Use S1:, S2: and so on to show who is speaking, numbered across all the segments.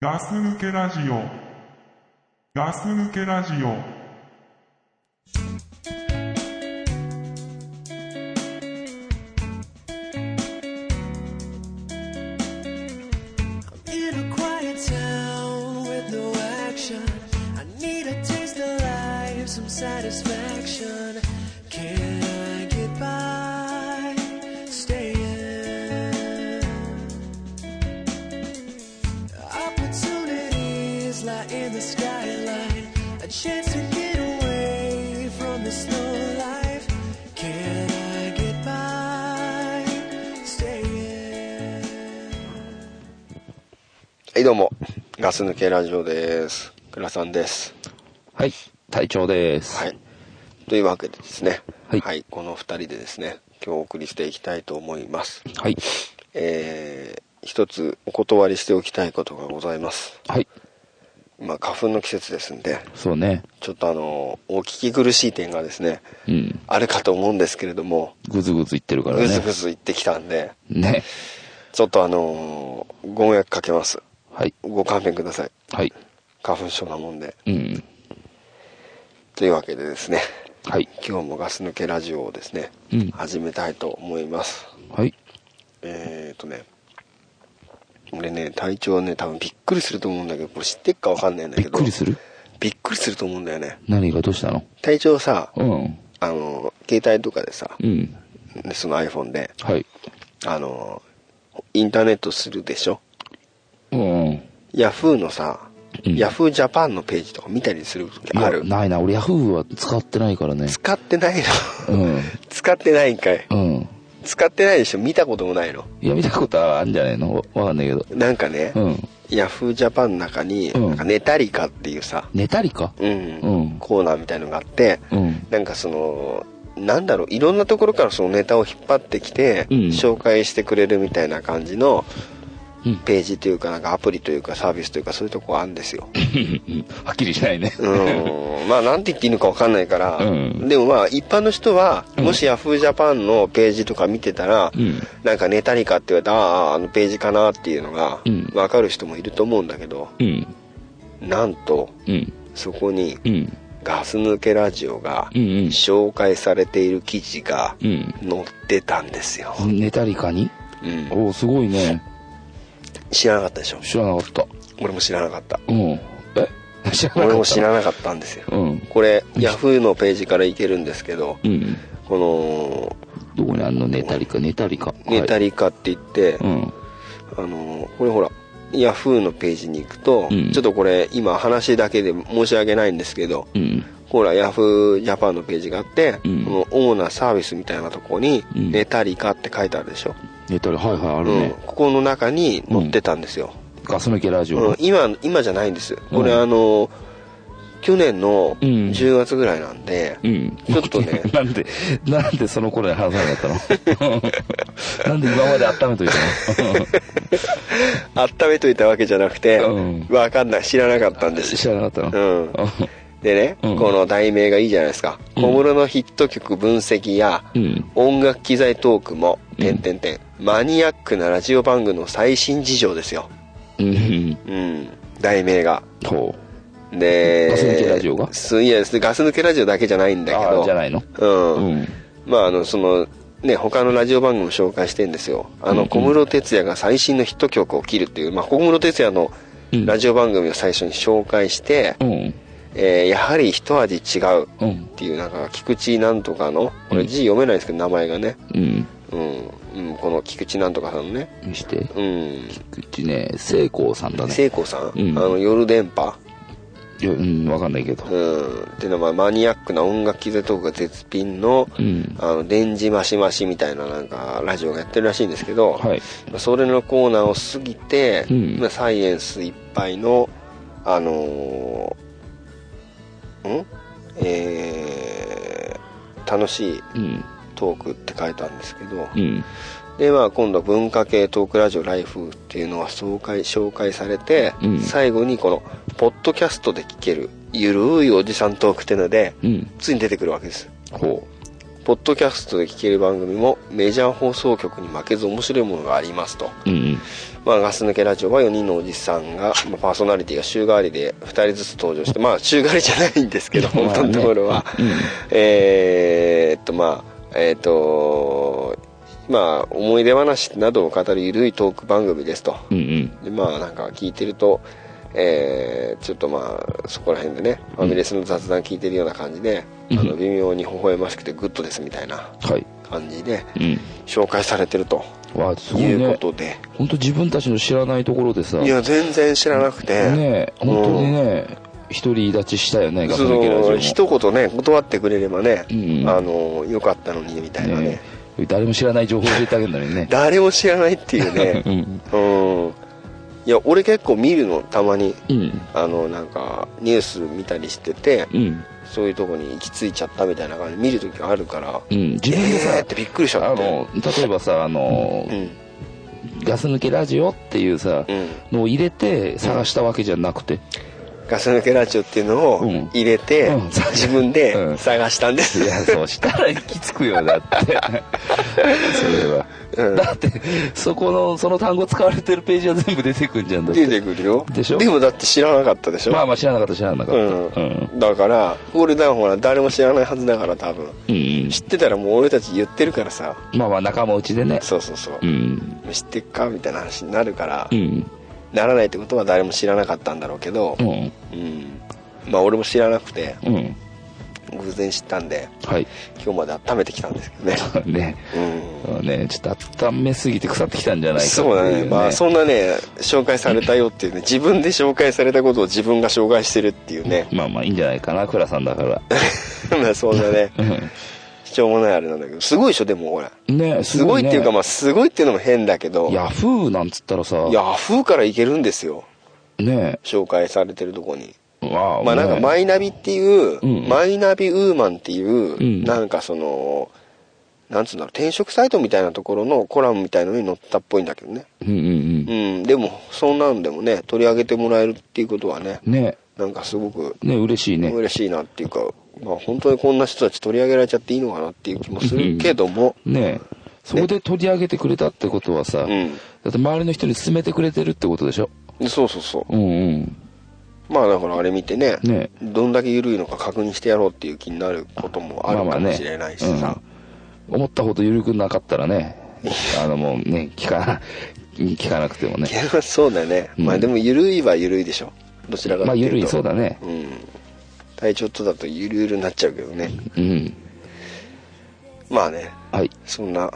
S1: ガス抜けラジオ。ガス抜けラジオ。
S2: In a quiet town with no action, I need a taste of life, some satisfaction. Can I get by staying? Opportunities lie in the skyline, a chance to get away from the snow life. Can I get by staying?
S3: はい、どうも。ガス抜けラジオです。倉さんです。
S4: はい、隊長です。
S3: はい。というわけでですね。
S4: はい
S3: この二人でですね、今日お送りしていきたいと思います。
S4: はい。
S3: えー、一つお断りしておきたいことがございます。
S4: はい。
S3: まあ、花粉の季節ですんで、
S4: そうね。
S3: ちょっとあの、お聞き苦しい点がですね、
S4: うん。
S3: あるかと思うんですけれども、
S4: ぐずぐず言ってるから
S3: ぐ
S4: ね。
S3: ずぐず言ってきたんで、
S4: ね。
S3: ちょっとあのーご迷惑かけます。
S4: はい。
S3: ご勘弁ください。
S4: はい。
S3: 花粉症なもんで。
S4: うん。
S3: というわけでですね。
S4: はい。
S3: 今日もガス抜けラジオをですね、
S4: うん
S3: 始めたいと思います
S4: はい。
S3: えっ、ー、とね俺ね体調はね多分びっくりすると思うんだけどこれ知ってっかわかんないんだ
S4: び
S3: け
S4: っ
S3: ど
S4: くりする
S3: びっくりすると思うんだよね
S4: 何がどうしたの
S3: 体調さ
S4: うん。
S3: あの携帯とかでさ、
S4: うん。
S3: その iPhone で
S4: はい。
S3: あのインターネットするでしょ
S4: うん。
S3: Yahoo のさ、
S4: うん
S3: Yahoo Japan のページとか見たりする時
S4: い
S3: あ
S4: や
S3: る
S4: ないな。俺 Yahoo は使ってないからね。
S3: 使ってないの
S4: うん。
S3: 使ってないんかい
S4: うん。
S3: 使ってないでしょ見たこともないの
S4: いや、見たことはあるんじゃないのわわかんないけど。
S3: なんかね、
S4: うん。
S3: ヤフージャパンの中に、
S4: うん
S3: なんかネタリカっていうさ、
S4: 寝たりか
S3: うん、
S4: うん
S3: コーナーみたいのがあって、
S4: うん。
S3: なんかその、なんだろう、いろんなところからそのネタを引っ張ってきて、
S4: うん
S3: 紹介してくれるみたいな感じの
S4: うん
S3: ページというか、なんかアプリというかサービスというかそういうとこあるんですよ。
S4: はっきりしないね。
S3: うん、 まあなんて言っていいのかわかんないから、
S4: うん
S3: でもまあ一般の人は、もしヤフージャパンのページとか見てたら、
S4: うん。
S3: なんかネタリカって言われたら、ああ、あのページかなっていうのが
S4: うん、
S3: わかる人もいると思うんだけど、
S4: うん。
S3: なんと
S4: うん。
S3: そこに
S4: うん。
S3: ガス抜けラジオが
S4: うんうん
S3: 紹介されている記事が
S4: うん。
S3: 載ってたんですよ、
S4: 寝たりかに
S3: うん、
S4: おおすごいね。
S3: 知らなかったでしょ
S4: 知らなかった。
S3: 俺も知らなかった
S4: うん。え知らなかった。
S3: 俺も知らなかったんですよ
S4: うん。
S3: これ Yahoo のページからいけるんですけど
S4: うん。
S3: こ
S4: どこにあんの寝たりか、寝たりか。
S3: のネタ
S4: り。
S3: リカって言って、
S4: うん。
S3: あのこれほら Yahoo のページに行くと、
S4: うん
S3: ちょっとこれ今話だけで申し訳ないんですけど
S4: うん。
S3: ほら Yahoo ジャパンのページがあって、
S4: うん
S3: この主なサービスみたいなとこに「
S4: うん
S3: ネタリカ」って書いてあるでしょ、
S4: 寝たり、はいはい、ある
S3: うん
S4: ね。
S3: ここの中に載ってたんですよ、
S4: ガス抜けラジ
S3: う
S4: オ
S3: ん
S4: の。
S3: 今今じゃないんですこれ、
S4: うん
S3: あの去年の
S4: うん
S3: 10月ぐらいなんで、
S4: うん。
S3: ちょっとね
S4: なんで、なんでその頃に話さなか ったのなんで今まで温めといたの
S3: 温めといたわけじゃなくて、
S4: うん
S3: わかんない知らなかったんです
S4: 知らなかった
S3: う
S4: の
S3: んでね、
S4: うん
S3: この題名がいいじゃないですか「
S4: うん
S3: 小室のヒット曲分析や
S4: うん。
S3: 音楽機材トークも、
S4: うん
S3: 点々点マニアックなラジオ番組の最新事情」ですよ
S4: うん。
S3: うん題名が
S4: ほ
S3: で
S4: ガス抜けラジオが
S3: すいやガス抜けラジオだけじゃないん
S4: う。
S3: だけ
S4: あ
S3: ど
S4: あ、じゃないの
S3: うん
S4: うん。
S3: まああのそのね他のラジオ番組も紹介してんですよあ
S4: うんう
S3: の
S4: ん
S3: 小室哲哉が最新のヒット曲を切るっていう、まあ、小室哲哉の
S4: うん
S3: ラジオ番組を最初に紹介して、
S4: うん。
S3: えーやはり一味違うっ
S4: うん。
S3: ていうなんか菊池なんとかのこれ
S4: うん
S3: 字読めないですけど名前がね、
S4: うん。
S3: うんうん、この菊池なんとかさんのね、
S4: 見して。
S3: うん、
S4: うちね、聖光さんだね。
S3: 聖子さん、
S4: うん
S3: あの夜電波、
S4: いやうん、わかんないけど。
S3: うん、っていうのはマニアックな音楽機材トークが絶品の
S4: うん。
S3: あの電磁マシマシみたいななんかラジオがやってるらしいんですけど、
S4: はい。
S3: それのコーナーを過ぎて、
S4: うん
S3: まあサイエンスいっぱいのあのーんえー楽しい
S4: うん。
S3: トークって書いたんですけど、
S4: うん。
S3: でまあ今度文化系トークラジオライフっていうのは紹介紹介されて、
S4: うん
S3: 最後にこのポッドキャストで聞けるゆるいおじさんトークっていうので
S4: うん。
S3: ついに出てくるわけです
S4: ほ
S3: ポッドキャストで聞ける番組もメジャー放送局に負けず面白いものがありますと
S4: う。うん。
S3: まあ、ガス抜けラジオは4人のおじさんが、まあ、パーソナリティが週替わりで2人ずつ登場してまあ週替わりじゃないんですけど
S4: まあね
S3: 本当のところは、
S4: うん
S3: えーっとまあえーっとまあ思い出話などを語るゆるいトーク番組ですと
S4: うんうん。
S3: でまあなんか聞いてるとえーちょっとまあそこら辺でねファミレスの雑談聞いてるような感じで、あの微妙に微笑ましくてグッドですみたいな
S4: はい。
S3: 感じで
S4: うん。
S3: 紹介されてると
S4: わあ、すごい
S3: いう
S4: ね
S3: こ。とで、
S4: 本当自分たちの知らないところでさ、
S3: いや全然知らなくて、
S4: ねえ本当にね、独り立ちしたよね、ガス
S3: そ
S4: 抜けラジ
S3: の
S4: オも。
S3: 一言ね断ってくれればね、
S4: うん
S3: あのよかったのにみたいなね。
S4: ねえ誰も知らない情報を教えてあげるのに ね
S3: 誰も知らないっていうね
S4: う、ん。
S3: うん、いや俺結構見るのたまに
S4: うん。
S3: あのなんかニュース見たりしてて
S4: うん。
S3: そういうとこに行き着いちゃったみたいな感じで見る時があるから、
S4: うん。自分で
S3: えー
S4: さ
S3: っ、てびっくりしちゃ
S4: あ
S3: って
S4: の、例えばさ、あの
S3: う、ん
S4: ガス抜けラジオっていうさ、
S3: うん
S4: のを入れて探したわけじゃなくて、
S3: ガス抜けラジオっていうの
S4: う
S3: を
S4: ん
S3: 入れて、
S4: うん
S3: 自分で探したんです、
S4: いやそうしたら行き着くよだってそれは、
S3: うん
S4: だってそこのその単語使われてるページは全部出てくんじゃんだっ
S3: 出て
S4: て
S3: くるよ
S4: でしょ
S3: もだって知らなかったでしょ、
S4: まあまあ知らなかった知らなかった
S3: う
S4: うん
S3: ん、だから俺だからほら誰も知らないはずだから多分
S4: うんうん
S3: 知ってたらもう俺たち言ってるからさ
S4: まあまあ仲間内でね
S3: そうそうそう
S4: う、ん
S3: 知ってっかみたいな話になるから、
S4: うん
S3: ならないってことは誰も知らなかったんだろうけど
S4: う、ん
S3: うんまあ俺も知らなくて
S4: うん
S3: 偶然知ったんで
S4: はい
S3: 今日まで温めてきたんですけどね、
S4: ね
S3: うん
S4: ねちょっと温めすぎて腐ってきたんじゃないかってい
S3: そうだねまあそんなね紹介されたよっていうね自分で紹介されたことを自分が紹介してるっていうね
S4: まあまあいいんじゃないかな倉さんだから
S3: まあそんなねしょうもないあれなんだけどすごいでしょでもほら
S4: ね
S3: すごいっていうか
S4: ま
S3: まあすごいっていうのも変だけど
S4: ヤフーなんつったらさ
S3: ヤフーから行けるんですよ
S4: ね
S3: 紹介されてるとこに
S4: まあ
S3: まあなんか
S4: ね
S3: マイナビっていう、
S4: うん
S3: マイナビウーマンってい
S4: ん
S3: うなんかそのなんつうんだろう転職サイトみたいなところのコラムみたいのに載ったっぽいんだけどね
S4: うんうんうん
S3: うんでもそんなんでもね取り上げてもらえるっていうことはね
S4: ね
S3: なんかすごく
S4: ね嬉しいね
S3: 嬉しいなっていうかまあ本当にこんな人たち取り上げられちゃっていいのかなっていう気もするけども
S4: ねそこで取り上げてくれたってことはさ、
S3: うん
S4: だって周りの人に勧めてくれてるってことでしょ
S3: そうそうそう
S4: うんうん
S3: まあだからあれ見てね
S4: ね
S3: どんだけ緩いのか確認してやろうっていう気になることもあるかもしれないし
S4: まあ
S3: さ
S4: まあねうん思ったほど緩くなかった らねあのもうね聞か聞かなくてもね
S3: いやそうだね
S4: うん
S3: まあでも緩いは緩いでしょどちらか
S4: ま
S3: と
S4: あ
S3: いうと
S4: 緩いそうだね
S3: うん体調とだとゆるゆるになっちゃうけどね
S4: うん
S3: まあね
S4: はい
S3: そんな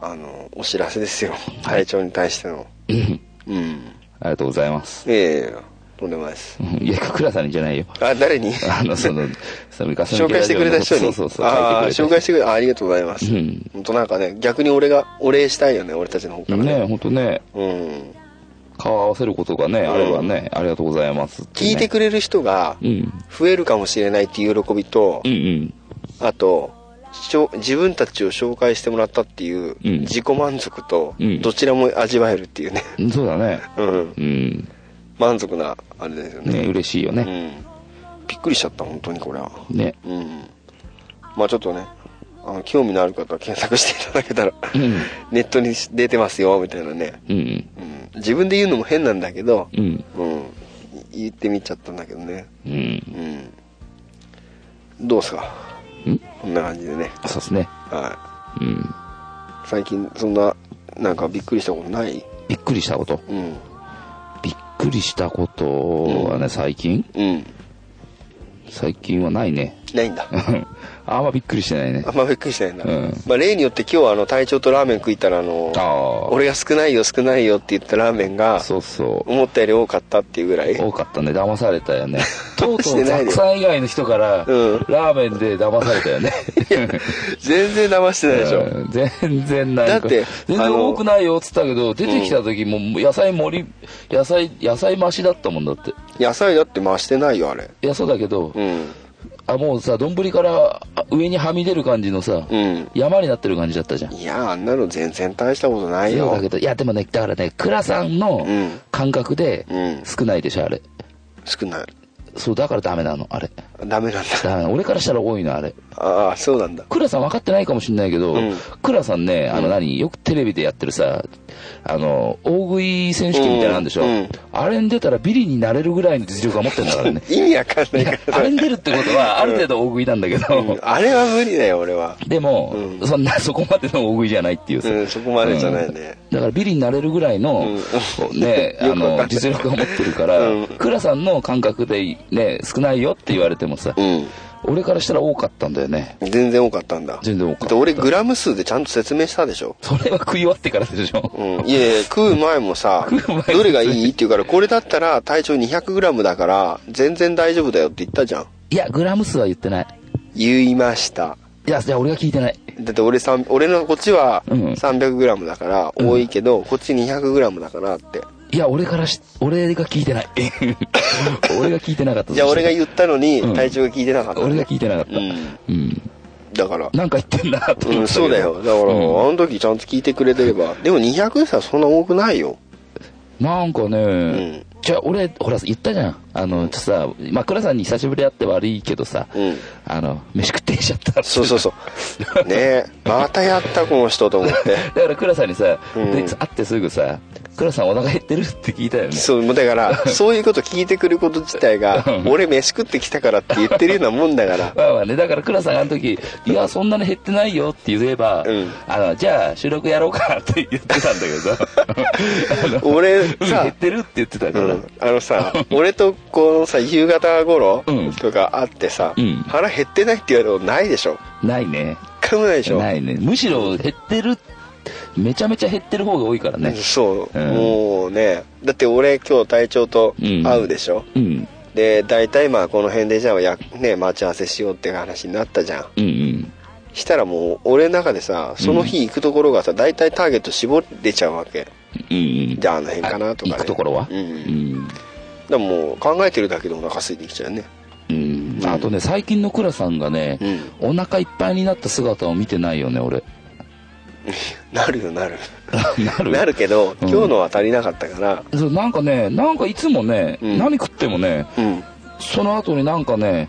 S3: あのお知らせですよ体調に対しての
S4: うん
S3: うん
S4: ありがとうございます
S3: ええとんでもないです
S4: うんいや倉さんにじゃないよ
S3: あ誰に
S4: あのそのそのガス
S3: 紹
S4: 抜け
S3: 介してくれた人に
S4: そうそうそう
S3: ああ
S4: 書
S3: 紹
S4: いてくれ
S3: 介してくれたありがとうございます、
S4: う
S3: ほ
S4: ん
S3: ん、本当なんかね逆に俺がお礼したいよね俺たちの方か
S4: た
S3: ら
S4: 人
S3: ね
S4: ね本当ね
S3: うん
S4: 顔合わせることがねあればね、ありがとうございますってね
S3: 聞いてくれる人が
S4: うん
S3: 増えるかもしれないっていう喜びと、
S4: うんうん
S3: あとしょ自分たちを紹介してもらったっていう
S4: うん
S3: 自己満足と
S4: うん
S3: どちらも味わえるっていうね、
S4: うんそうだね
S3: うん、
S4: うん
S3: 満足なあれですよね
S4: ね嬉しいよ
S3: う
S4: ね
S3: ん、びっくりしちゃった本当にこれは
S4: ね
S3: うんまあちょっとねあの興味のある方は検索していただけたら、
S4: ん
S3: ネットに出てますよみたいなね、
S4: うん
S3: うん、自分で言うのも変なんだけど、
S4: うん
S3: うん、言ってみちゃったんだけどね
S4: うん
S3: うんどうっすか
S4: ん
S3: こんな感じでね
S4: そうですね
S3: は
S4: うん
S3: い最近そんななんかびっくりしたことない
S4: びっくりしたこと
S3: うん
S4: びっくりしたことはね最近
S3: うん
S4: 最近はないね
S3: ないんだ
S4: あんまびっくりしてないね
S3: あんまびっくりしないな、
S4: うん
S3: まあ、例によって今日あの体調とラーメン食いたらあの
S4: ああ
S3: 俺が少ないよ少ないよって言ったラーメンが
S4: そうそう
S3: 思ったより多かったっていうぐらい
S4: 多かったね騙されたよねとうと
S3: して
S4: う
S3: ない
S4: ザ
S3: よ
S4: クさん以外の人から、
S3: うん
S4: ラーメンで騙されたよね
S3: 全然騙してないでしょ、
S4: うん全然ない
S3: だって
S4: 全
S3: あ
S4: 然
S3: の
S4: 多くないよっつったけど出てきた時もう野菜盛り野菜野菜増しだったもんだって
S3: 野菜だって増してないよあれ
S4: いやそうだけど、
S3: うん
S4: あもうさ丼からあ上にはみ出る感じのさ、
S3: うん
S4: 山になってる感じだったじゃん
S3: いやあんなの全然大したことない
S4: そう
S3: よ
S4: だけどいやでもねだからね倉さんの
S3: うん
S4: 感覚で
S3: うん
S4: 少ないでしょあれ
S3: 少ない
S4: そう、だからダメなの、あれ。
S3: ダ メなんだ
S4: ダメなの。俺からしたら多いの、あれ。
S3: ああそうなんだ
S4: クラさん分かってないかもしれないけど、
S3: うん
S4: クラさんね、あの何、よくテレビでやってるさ、あの、大食い選手権みたいなのあるんでしょ、
S3: うんうん。
S4: あれに出たらビリになれるぐらいの実力は持ってるんだからね
S3: 意味わかん ないから
S4: あれに出るってことは、ある程度大食いなんだけど、
S3: うんあれは無理だよ俺は
S4: でも、
S3: うん
S4: そんな、そこまでの大食いじゃないっていうさ。
S3: うんそこまでじゃないね
S4: だからビリになれるぐらいの、
S3: うん
S4: ね
S3: よく
S4: あ
S3: わかんない
S4: の実力を持ってるから、
S3: うん
S4: クラさんの感覚でね少ないよって言われてもさ、
S3: うん
S4: 俺からしたら多かったんだよね
S3: 全然多かったんだ
S4: 全然多か
S3: だ
S4: っ
S3: って
S4: た
S3: 俺グラム数でちゃんと説明したでしょ
S4: それは食い終わってからでしょ、
S3: うん、いやいや食う前もさ
S4: 食う前
S3: どれがいいって言うからこれだったら体長 200g だから全然大丈夫だよって言ったじゃん
S4: いやグラム数は言ってない
S3: 言いました
S4: いやいや俺が聞いてない
S3: だって俺さん俺のこっちは
S4: うん
S3: 300g だから多いけど、こっち 200g だからって
S4: いや俺からし俺が聞いて ない俺が聞いてなかった
S3: じゃあ俺が
S4: う
S3: 言ったのに
S4: うん
S3: 体調が聞いてなかった、ね
S4: 俺が聞いてなかった
S3: うん
S4: うん
S3: だから
S4: なんか言ってんな
S3: う
S4: と思ったけど、
S3: ん、そうだよだから、あ
S4: う
S3: の
S4: ん
S3: 時ちゃんと聞いてくれてればでも200さそんな多くないよ
S4: なんかね、
S3: ん
S4: じゃあ俺ほら言ったじゃんあのちょっとさまあ倉さんに久しぶりに会って悪いけどさ、
S3: うん
S4: あの飯食ってきちゃったって
S3: そうそうそう ねえまたやったこの人と思って
S4: だから倉さんにさ、
S3: うん
S4: で会ってすぐさ「倉さんお腹減ってる?」って聞いたよね
S3: そうもうだからそういうこと聞いてくること自体が俺飯食ってきたからって言ってるようなもんだから
S4: まあまあね、だから倉さんがあの時「いやそんなに減ってないよ」って言えば、
S3: うん
S4: あの「じゃあ収録やろうか」って言ってたん だけどあの
S3: 俺
S4: うん
S3: さ
S4: 減ってるって言ってたから、
S3: うんあのさ俺とこのさ夕方頃
S4: うん
S3: とか会ってさ、
S4: うん
S3: 腹減ってないって言われるのないでしょ
S4: ないね
S3: 一回もないでしょ
S4: ないねむしろ減ってるめちゃめちゃ減ってる方が多いからね
S3: そう、
S4: うん
S3: もうねだって俺今日隊長と会うでしょ、
S4: うん
S3: で大体まあこの辺でじゃあや、ね、待ち合わせしようって話になったじゃん
S4: うんうん
S3: したらもう俺の中でさその日行くところがさ大体ターゲット絞れちゃうわけ
S4: うん
S3: じゃああの辺かなとか、ね、
S4: 行くところは
S3: うん、
S4: うん
S3: でももう考えてるだけでお腹空いてきちゃうね
S4: うんあとね最近の倉さんがね、お腹いっぱいになった姿を見てないよ ね俺
S3: なるよなる
S4: なる
S3: なるけど
S4: うん
S3: 今日のは足りなかったから
S4: そうなんかねなんかいつもね、
S3: うん
S4: 何食ってもね
S3: うん
S4: その後になんかね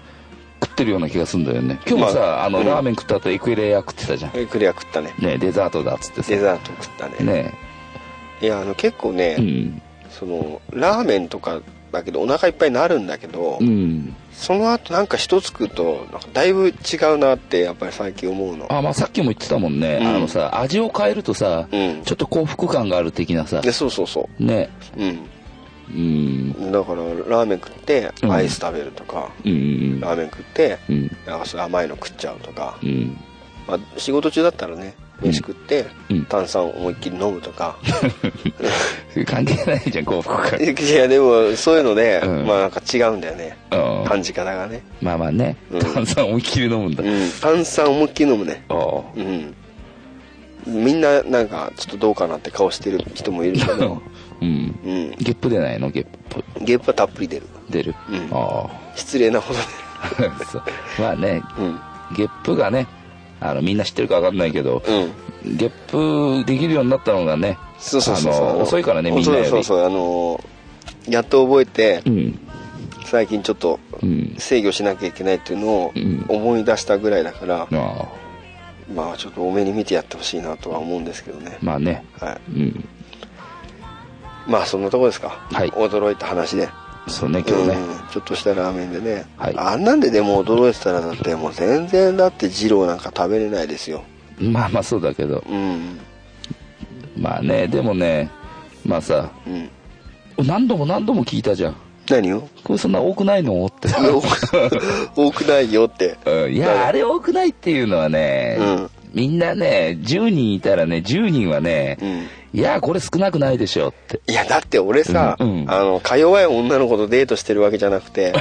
S4: 食ってるような気がするんだよね今日もさ、
S3: まあ
S4: あの
S3: うん
S4: ラーメン食った後エクレア食ってたじゃん
S3: えクリア食ったね
S4: ねデザートだっつってさ
S3: デザート食ったね
S4: ね
S3: いやあの結構ね、
S4: うん
S3: そのラーメンとかだけどお腹いっぱいになるんだけど、
S4: うん
S3: その後なんか一つ食うとなんかだいぶ違うなってやっぱり最近思うの
S4: あまあさっきも言ってたもんね、
S3: うん
S4: あのさ味を変えるとさ、
S3: うん
S4: ちょっと幸福感がある的なさ
S3: でそうそうそ
S4: ね
S3: ううん
S4: うん
S3: だからラーメン食って
S4: うん
S3: アイス食べるとか、
S4: うんうん
S3: ラーメン食って
S4: うん
S3: なんかそういう甘いの食っちゃうとか
S4: う、ん
S3: まあ、仕事中だったらね飯食って
S4: うん
S3: 炭酸思いっきり飲むとか、
S4: 関係ないじゃん幸福感
S3: いやでもそういうので、
S4: うん
S3: まあなんか違うんだよね
S4: うん
S3: 感じ方がね、
S4: まあまあね、
S3: うん
S4: 炭酸思いっきり飲むんだ、
S3: うん、炭酸思いっきり飲むね
S4: ああ
S3: うんみんななんかちょっとどうかなって顔してる人もいるけ ど
S4: うん
S3: うん
S4: ゲップ出ないのゲップ
S3: ゲップはたっぷり出る
S4: 出る、
S3: うん
S4: あ
S3: 失礼なほど
S4: あそうまあね
S3: 出る
S4: ゲップがねあのみんな知ってるか分かんないけど、
S3: うんうん
S4: ゲップできるようになったのがね
S3: そうそうそうそう
S4: あの遅いからねみんなより
S3: そうそうそうあのやっと覚えて
S4: うん
S3: 最近ちょっと
S4: うん
S3: 制御しなきゃいけないっていうのを
S4: うん
S3: 思い出したぐらいだから、
S4: ああ
S3: まあちょっと多めに見てやってほしいなとは思うんですけどね、
S4: まあね
S3: はい、
S4: うん
S3: まあそんなとこですか、
S4: はい
S3: 驚いた話で、
S4: そうね今日ね、
S3: うんちょっとしたラーメンでね、
S4: はい
S3: あんなんででも驚いてたらだってもう全然だって二郎なんか食べれないですよ
S4: まあまあそうだけど
S3: うん
S4: まあねでもねまあさ
S3: うん
S4: 何度も何度も聞いたじゃん
S3: 何 を
S4: これそんな多くないの って
S3: いや多く多くないよって
S4: うんいや、あれ多くないっていうのはね、
S3: うん
S4: みんなね、10人いたらね、10人はね、
S3: うん
S4: いや、これ少なくないでしょって。
S3: いやだって俺さ、
S4: うんうん
S3: あのか弱い女の子とデートしてるわけじゃなく て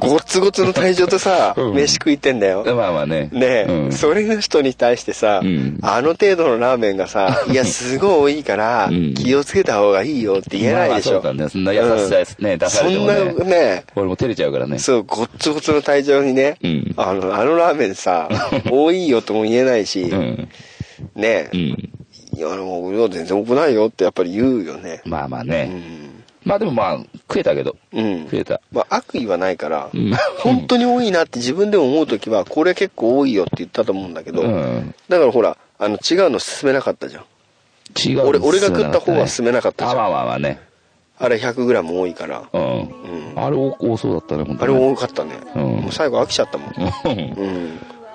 S3: ごつごつの体重とさ、
S4: うん
S3: 飯食いてんだよ
S4: まあまあね。
S3: ねえ、
S4: うん
S3: それの人に対してさ、
S4: うん
S3: あの程度のラーメンがさ、 いや、すごい多いから、
S4: うん
S3: 気をつけた方がいいよって言えないでしょ。
S4: まあまあそうだねそんな優しさですね出されてもね
S3: そんなね、
S4: 俺も照れちゃうからね。
S3: そう、ごっつごつの体調にね、
S4: うん
S3: あの、あのラーメン さ、多いよとも言えないし、
S4: うん。
S3: ね
S4: うん。
S3: いや、もう、俺は全然多くないよってやっぱり言うよね。
S4: まあまあ
S3: う
S4: ね。
S3: ん
S4: まあでもまあ、食えたけど。
S3: うん
S4: 食えた。
S3: まあ、悪意はないから、
S4: うん。
S3: 本当に多いなって自分でも思う時はこれ結構多いよって言ったと思うんだけど、
S4: うん。
S3: だからほらあの違うの進めなかったじゃん
S4: 違う。
S3: 俺俺が食った方は進めなかったじゃ
S4: あ、
S3: ん
S4: まあまあまあね。
S3: あれ 100g 多いから、
S4: うん。
S3: うん、
S4: あれ多多そうだったね、本
S3: あ
S4: 当
S3: れ
S4: にね。
S3: 多かったね、
S4: うん
S3: もう最後飽きちゃったもん、
S4: うん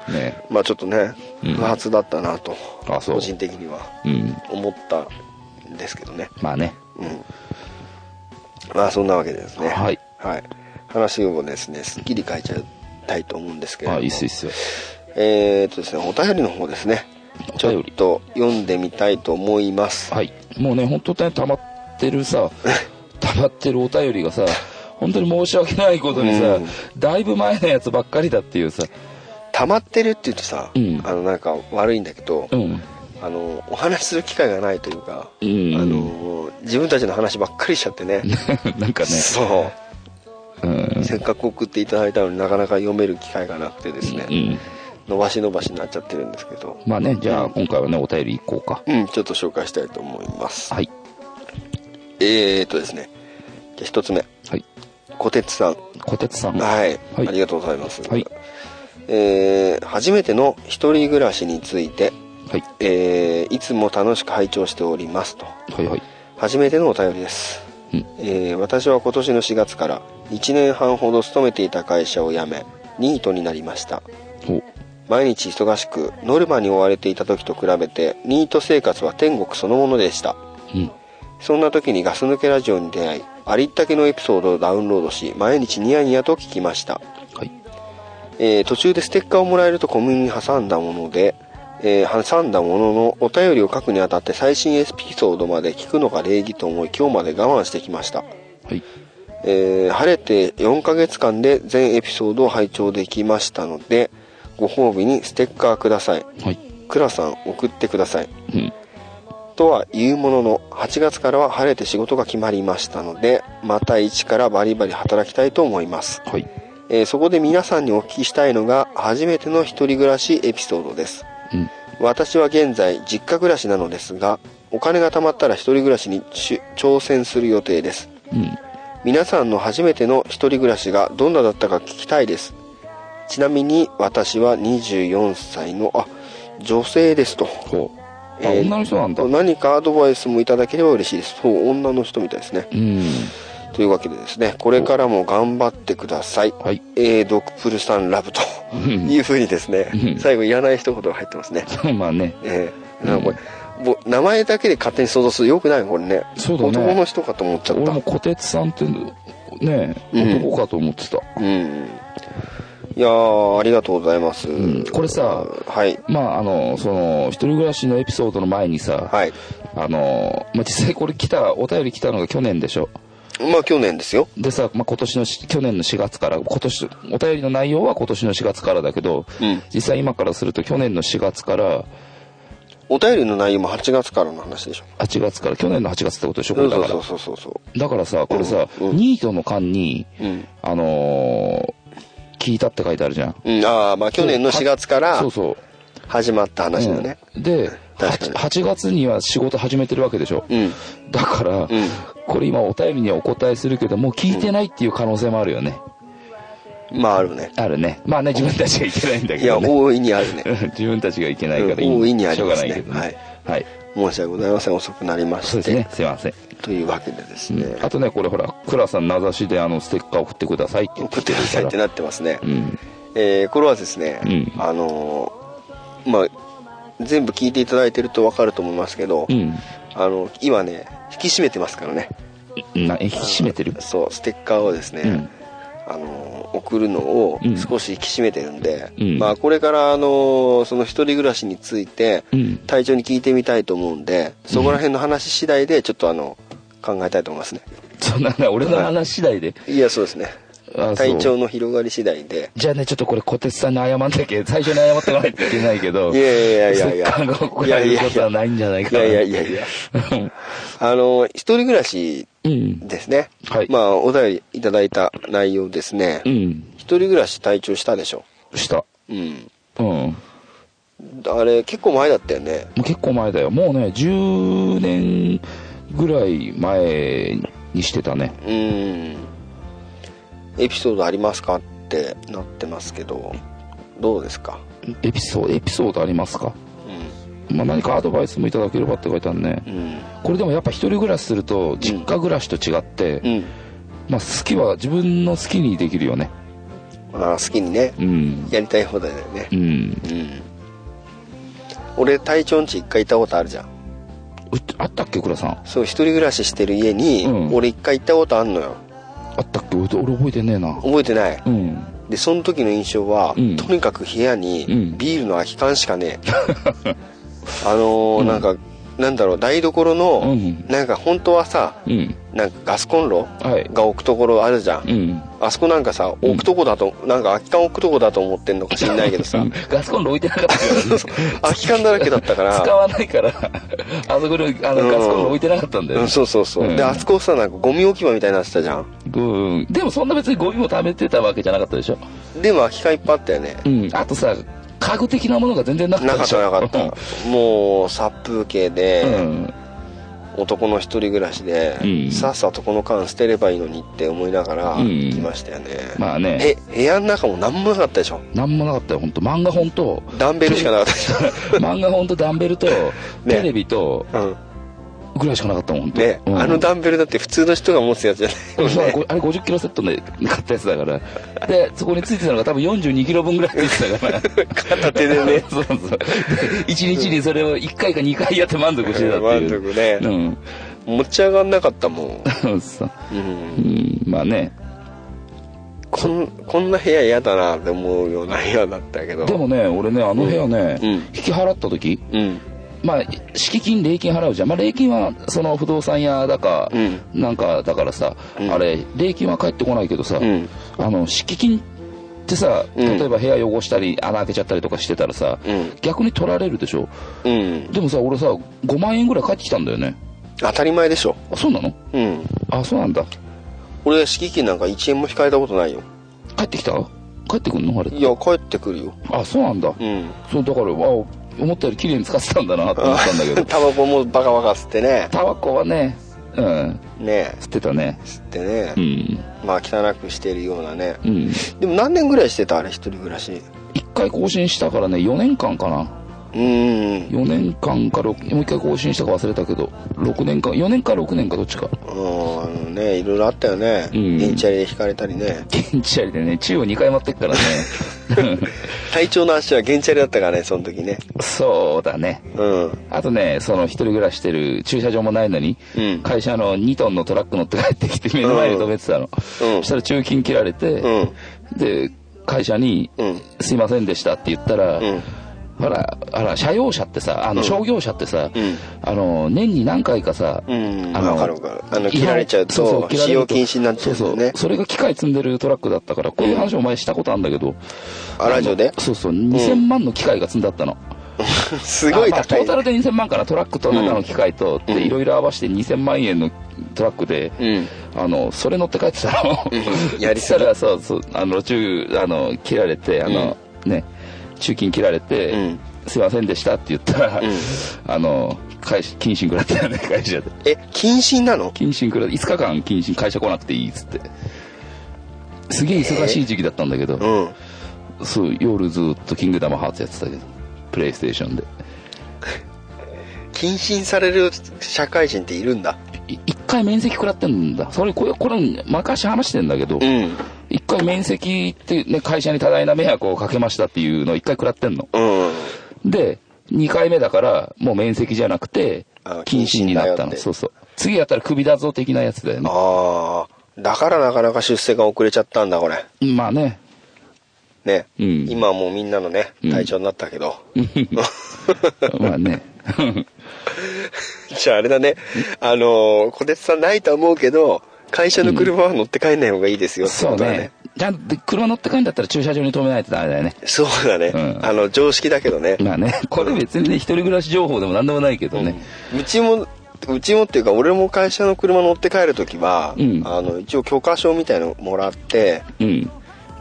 S3: うん、
S4: ね
S3: まあちょっとね
S4: うん
S3: 不発だったなと、
S4: あそう
S3: 個人的には
S4: うん。
S3: 思ったんですけどね
S4: まあね。
S3: うんまあそんなわけでですね
S4: はい、
S3: はい、話をですねすっきり変えちゃいたいと思うんですけれど
S4: あ、
S3: も
S4: いいっすいいっすよ。
S3: えー、とですねお便りの方ですねち
S4: お
S3: ょ
S4: 便
S3: っ
S4: り
S3: と読んでみたいと思います
S4: はい。もうね、本当ね、溜まってる さ、溜まってるお便りがさ、本当に申し訳ないことにさ
S3: うん、
S4: だいぶ前のやつばっかりだっていうさ、
S3: 溜まってるって言うとさ、
S4: うん
S3: あのなんか悪いんだけど、
S4: うん。
S3: あのお話しする機会がないというか、
S4: うん
S3: あの自分たちの話ばっかりしちゃってね
S4: なんかね、
S3: そ
S4: うん
S3: う。せっかく送っていただいたのになかなか読める機会がなくてですね、
S4: うん。
S3: 伸ばし伸ばしになっちゃってるんですけど
S4: まあね、じゃあ今回はね、お便り行こうか。
S3: うんちょっと紹介したいと思います
S4: はい。
S3: えーとですねじゃあ1つ目
S4: はい。
S3: 小鉄さん
S4: 小鉄さん。
S3: はい、
S4: はい
S3: ありがとうございます、
S4: はい
S3: えー初めての一人暮らしについて、
S4: はい。
S3: えーいつも楽しく拝聴しておりますと
S4: はいはい。
S3: 初めてのお便りです、
S4: うん
S3: えー私は今年の4月から1年半ほど勤めていた会社を辞めニートになりました
S4: お
S3: 毎日忙しくノルマに追われていた時と比べてニート生活は天国そのものでした
S4: うん。
S3: そんな時にガス抜けラジオに出会いありったけのエピソードをダウンロードし毎日ニヤニヤと聞きました
S4: はい。
S3: えー途中でステッカーをもらえると小麦に挟んだもので、えー挟んだもののお便りを書くにあたって最新エピソードまで聞くのが礼儀と思い今日まで我慢してきました、
S4: はい。
S3: えー晴れて4ヶ月間で全エピソードを拝聴できましたのでご褒美にステッカーください
S4: はい。
S3: クラさん送ってください
S4: うん。
S3: とは言うものの8月からは晴れて仕事が決まりましたのでまた一からバリバリ働きたいと思います
S4: はい。
S3: えーそこで皆さんにお聞きしたいのが初めての一人暮らしエピソードです
S4: うん。
S3: 私は現在実家暮らしなのですがお金が貯まったら一人暮らしにち挑戦する予定です
S4: うん。
S3: 皆さんの初めての一人暮らしがどんなだったか聞きたいですちなみに私は24歳のあ女性ですと
S4: ほう。あ、
S3: えー
S4: 女の人なんだ。うん。
S3: 何かアドバイスもいただければ嬉しいですそう女の人みたいですねというわけでですねこれからも頑張ってください
S4: はい。
S3: えー、ドクプルさんラブというふうにです
S4: う
S3: ね
S4: ん
S3: 最後いらない一言が入ってますね、
S4: まあね。
S3: えー、なんかこれもう名前だけで勝手に想像するよくないこれね
S4: そうだね
S3: 男の人かと思っちゃっ
S4: 俺
S3: た
S4: も小鉄さんって、ね、
S3: うん
S4: 男かと思ってた。
S3: うんいやーありがとうございます、
S4: んこれさ
S3: はい
S4: まああの、その、一人暮らしのエピソードの前にさ、
S3: はい
S4: あの、まあ実際これ来た、お便り来たのが去年でしょ。
S3: まあ去年ですよ
S4: でさ、まあ、今年のし、去年の4月から、今年、お便りの内容は今年の4月からだけど、
S3: うん
S4: 実際今からすると去年の4月から、
S3: お便りの内容も8月からの話でしょ
S4: 8月から、去年の8月ってことでしょ、こ
S3: そ
S4: れ
S3: う
S4: だ
S3: そう
S4: か
S3: そう
S4: ら。
S3: そうそうそ
S4: だからさ、これさ、
S3: うんうん
S4: ニートの間に、
S3: ううん、
S4: あのー聞いたって書いてあるじゃん。
S3: うん、ああまあ去年の4月から
S4: そうそう。
S3: 始まった話だね
S4: うんで、
S3: 確かに
S4: 8, 月には仕事始めてるわけでしょ。
S3: うん
S4: だから、
S3: ん
S4: これ今お便りにはお答えするけど、もう聞いてないっていう可能性もあるよね。
S3: まああるね
S4: あるね。まあね、自分たちがいけないんだ
S3: い
S4: け
S3: や
S4: ど、ね。
S3: 大いにあるね
S4: うん 自分たちがいけないからいい、
S3: うん大いにありますね
S4: しょうがないけどね。はい。
S3: 申し訳ございません遅くなりま
S4: そう
S3: し
S4: です
S3: て、
S4: ね。すいません。
S3: というわけでですね、
S4: あとね、これほら、クラさん名指しであの、ステッカー送ってくださいって言
S3: 送ってくださいってなってますね、
S4: うん。
S3: えーこれはですね、
S4: うん
S3: あのーまあ全部聞いていただいてると分かると思いますけど、
S4: うん。
S3: あの今ね引き締めてますからね
S4: な、え、引き締めてる
S3: そうステッカーをですね、
S4: うん
S3: あのー送るのを
S4: うん
S3: 少し引き締めてるんで、
S4: うん
S3: まあ、これから、あのーその一人暮らしについて
S4: うん。
S3: 体調に聞いてみたいと思うんでそこら辺の話次第でちょっとあの考えたいと思いますね
S4: そんなね、俺の話次第で。
S3: いやそうですね
S4: あ
S3: 体
S4: そう
S3: 調の広がり次第で
S4: じゃあね、ちょっとこれ、小鉄さんに謝んなきゃ、最初に謝ってもらいといけないけど。
S3: いやいやいやいや
S4: ステッカーが送られることはないんじゃない
S3: い
S4: かな。
S3: やいやいやいやあの一人暮らし
S4: うん。
S3: ですね、
S4: はい
S3: まあお便りいただいた内容ですね、
S4: うん。
S3: 一人暮らし体調したでしょ
S4: した。
S3: うん
S4: うん。も
S3: あれ結構前だったよね
S4: う結構前だよ。もうね、10年ぐらい前にしてたね
S3: うんエピソードありますかってなってますけどどうですか
S4: エピソードエピソードありますか、まあ、何かアドバイスもいただければって書いてあるね、
S3: うん
S4: これでもやっぱ一人暮らしすると実家暮らしと違って、
S3: うん
S4: まあ、好きは自分の好きにできるよね
S3: あー好きにね
S4: うん
S3: やりたい放題だよね
S4: うん
S3: うん俺隊長んち一回行ったことあるじゃん
S4: うあったっけ倉さん
S3: そう一人暮らししてる家に、
S4: うん
S3: 俺一回行ったことあんのよ
S4: あったっけ俺俺覚えてねえな
S3: 覚えてない
S4: うん
S3: でその時の印象は、
S4: うん
S3: とにかく部屋に
S4: うん
S3: ビールの空き缶しかねえ、 あのーなんかなんだろう台所の、
S4: うん
S3: なんか本当はさ
S4: うん
S3: なんかガスコンロ
S4: はい
S3: が置くところあるじゃん、
S4: うん
S3: あそこなんかさ置くとこだと、なんか空き缶置くとこだと思ってんのか知んないけど さ
S4: うんガスコンロ置いてなかったからね
S3: 空き缶だらけだったから
S4: 使わないからあそこにあのガスコンロ置いてなかったんだよ
S3: う
S4: ね
S3: ん、そうそうそう、
S4: うん
S3: であそこさなんかゴミ置き場みたいになってたじゃん
S4: うんでもそんな別にゴミも貯めてたわけじゃなかったでしょ
S3: でも空き缶いっぱいあったよね
S4: うんあとさ家具的なものが全然なかっ
S3: な
S4: た
S3: か
S4: で
S3: っ
S4: しょ
S3: たなかったもう殺風景で、
S4: うん
S3: 男の一人暮らしで、
S4: うん
S3: さっさとこの間捨てればいいのにって思いながら
S4: うん
S3: 行きましたよね、
S4: まあね
S3: え部屋の中も何もなかったでしょ
S4: なんもなかったよ本当漫画本 と
S3: ダンベルしかなかったで し
S4: 漫画本とダンベルとテレビと
S3: ょ、うん
S4: ぐらいしかなかったもん本当
S3: ね、
S4: うん
S3: あのダンベルだって普通の人が持つやつじゃないよ
S4: そう
S3: ね
S4: あれ50キロセットで買ったやつだから。で、そこについてたのが多分42キロ分ぐらいついてたから。
S3: 片手で ね
S4: そうそう。 で1日にそれを1回か2回やって満足してたって
S3: 満
S4: いう。
S3: 足ね、持ち上がんなかったも ん、
S4: うん。そう
S3: うん、
S4: うん、まあね。
S3: こんこんな部屋嫌だなって思うような部屋だったけど
S4: でもね、俺ね、あの部屋ね、
S3: うん
S4: 引き払った時、
S3: うん
S4: まあ、敷金、礼金払うじゃん。まあ、礼金は、その不動産屋だか、
S3: うん
S4: なんかだからさ、
S3: うん
S4: あれ、礼金は返ってこないけどさ、
S3: うん
S4: あの、敷金ってさ、
S3: うん
S4: 例えば部屋汚したり、穴開けちゃったりとかしてたらさ、
S3: うん
S4: 逆に取られるでしょ。
S3: うん
S4: でもさ、俺さ、5万円ぐらい返ってきたんだよね。
S3: 当たり前でしょ
S4: あ、そうなの
S3: うん
S4: あ、そうなんだ。
S3: 俺敷金なんか1円も引かれたことないよ
S4: 帰ってきた帰ってくんのあれ。
S3: いや帰ってくるよ
S4: あ、そうなんだ。
S3: うん
S4: そう、だから、あ、思ったより綺麗に使ってたんだなと思ったんだけど。
S3: タバコもバカバカ吸ってね
S4: タバコはね、うん、
S3: ね
S4: 吸ってたね。
S3: 吸ってね
S4: う、ん、
S3: まあ汚くしてるようなね
S4: うん。
S3: でも何年ぐらいしてたあれ一人暮らし
S4: 一回更新したからね、4年間かな。
S3: うん
S4: 4年間か6、もう一回更新したか忘れたけど、6年間、4年か6年かどっちか。
S3: うんねいろいろあったよね
S4: うん
S3: 電チャリで引かれたりね
S4: 現地ありでね、宙を2回持ってっからね。
S3: 体調の足は原チャリだったからねその時ね
S4: そうだね。
S3: うん
S4: あとね、その一人暮らししてる駐車場もないのに、
S3: うん
S4: 会社の2トンのトラック乗って帰ってきて目の前に止めてたの。
S3: うん
S4: そしたら中金切られて、
S3: うん
S4: で、会社に、
S3: うん
S4: すいませんでしたって言ったら、
S3: うん
S4: ほら、あら、車用車ってさ、あの、商業車ってさ、
S3: うん
S4: あの、年に何回かさ、
S3: うん
S4: あの
S3: わかるわかるあの
S4: 違反
S3: 切られちゃうと
S4: そそ切られると
S3: 使用禁止になっちゃうんだよね
S4: そうそうそれが機械積んでるトラックだったから、こういう話を前したことあるんだけど、
S3: あラジオで
S4: あのそうそう、2000万の機械が積んだったの。
S3: すごい
S4: あまあ
S3: 高い
S4: トータルで2000万からトラックと中の機械と
S3: うん
S4: でいろいろ合わせて2000万円のトラックで、
S3: うん
S4: あのそれ乗って帰ってたの
S3: んやりすぎ
S4: そしたらそうそうあの路中あの切られてあの、ね中金切られて、
S3: うん
S4: すいませんでしたって言ったら、
S3: うん
S4: あの会社謹慎食ら ったよね会社で
S3: え謹慎なの
S4: 謹慎食らって5日間謹慎会社来なくていいっつってすげえ忙しい時期だったんだけど、
S3: うん
S4: そう夜ずっと「キングダムハーツ」やってたけどプレイステーションで
S3: 謹慎される社会人っているんだ
S4: い一回面積食らってんだ。それ、これ、これ、昔話してんだけど、
S3: ん
S4: 一回面積ってね、会社に多大な迷惑をかけましたっていうのを一回食らってんの。
S3: うん
S4: で、二回目だから、もう面積じゃなくて
S3: あ、
S4: 禁止になっ
S3: 禁止だ
S4: た
S3: よっ
S4: の。
S3: て
S4: そうそう。次やったら首だぞ的なやつだよね。
S3: ああだからなかなか出世が遅れちゃったんだこれ
S4: まあ ね。
S3: ね、
S4: うん
S3: 今はもうみんなのね
S4: うん
S3: 隊長になったけど、
S4: まあね。
S3: じゃああれだねあのー小鉄さんないと思うけど会社の車は乗って帰んない方がいいですよ、
S4: そう
S3: だ
S4: ね。ちゃんと車乗って帰んだったら駐車場に止めないとダメだよね。
S3: そうだね、
S4: うん
S3: あの常識だけどね、
S4: まあね。これ別にね、一人暮らし情報でも何でもないけどね。
S3: うちもうちもっていうか俺も会社の車乗って帰る時は、
S4: うん
S3: あの一応許可証みたいのもらって
S4: うん。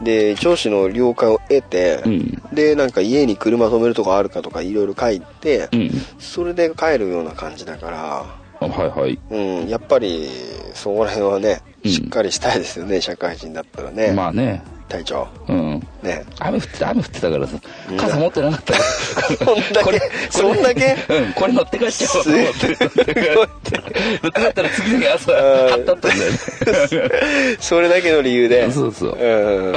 S3: で上司の了解を得て、
S4: うん
S3: でなんか家に車止めるとこあるかとかいろいろ書いて、
S4: うん。
S3: それで帰るような感じだから
S4: あはいはい、
S3: うん、やっぱりそこら辺はね
S4: うん
S3: しっかりしたいですよね、社会人だったらね、
S4: まあね
S3: 隊長
S4: うん
S3: ね
S4: 雨降ってた雨降ってたからさ傘持ってなかったよ
S3: そんだけそんだ け
S4: うんこれ乗って帰っちゃおうと思って乗って帰って乗って帰ったら次の日朝
S3: うん
S4: 貼ったったんだよ
S3: それだけの理由で
S4: ねそうそう
S3: うん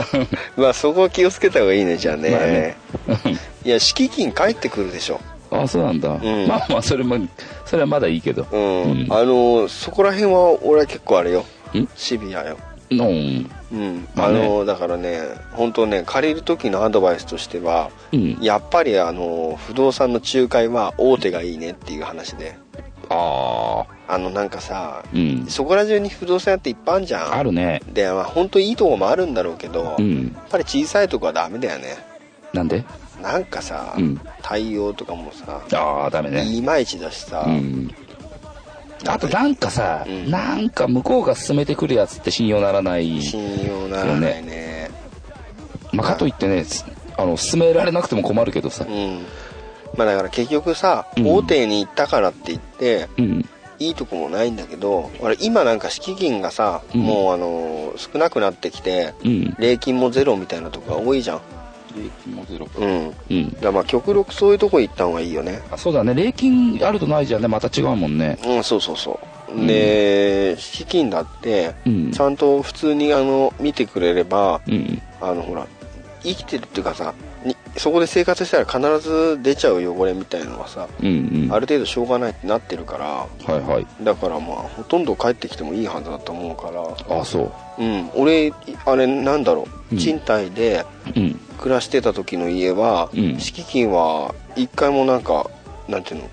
S3: まあそこは気をつけた方がいいねじゃあね,、
S4: まあね
S3: いや敷金返ってくるでしょ
S4: あそうなんだ、
S3: ん
S4: まあまあそれもそれはまだいいけど
S3: うん、
S4: うん
S3: あのそこら辺は俺は結構あれよ
S4: ん
S3: シビアよ
S4: うん
S3: うん、
S4: ま
S3: あ
S4: あね
S3: のだからね本当ね借りる時のアドバイスとしては、
S4: うん
S3: やっぱりあの不動産の仲介は大手がいいねっていう話で
S4: ああ
S3: あのなんかさ、
S4: うん
S3: そこら中に不動産屋っていっぱいあんじゃん
S4: あるね
S3: で、まあ、本当いいとこもあるんだろうけど、
S4: う
S3: や
S4: ん
S3: っぱり小さいとこはダメだよね
S4: なんで
S3: なんかさ、
S4: うん
S3: 対応とかもさ
S4: ああダメね
S3: いまいちだしさ、
S4: うんあとなんかさ、
S3: うん
S4: なんか向こうが進めてくるやつって信用ならない
S3: 信用ならないね
S4: まあ、かといってねすあの進められなくても困るけどさ
S3: うんまあだから結局さ、
S4: うん
S3: 大手に行ったからって言って
S4: うん
S3: いいとこもないんだけど俺今なんか敷金がさ、
S4: うん
S3: もうあの少なくなってきて
S4: うん
S3: 礼金もゼロみたいなとこが多いじゃんうんだか
S4: うん
S3: らまあ極力そういうとこ行った方がいいよね
S4: あそうだね礼金あるとないじゃねまた違うもんね
S3: うんそうそうそうで敷金だって
S4: うん
S3: ちゃんと普通にあの見てくれれば
S4: うん
S3: あのほら生きてるっていうかさにそこで生活したら必ず出ちゃう汚れみたいのはさ
S4: うんうん
S3: ある程度しょうがないってなってるから
S4: はいはい
S3: だからまあほとんど帰ってきてもいいはずだと思うから
S4: あそう
S3: うん、俺あれなんだろう、
S4: うん
S3: 賃貸で
S4: うん
S3: 暮らしてた時の家は、
S4: うん
S3: 敷金は一回もなんかなんていうの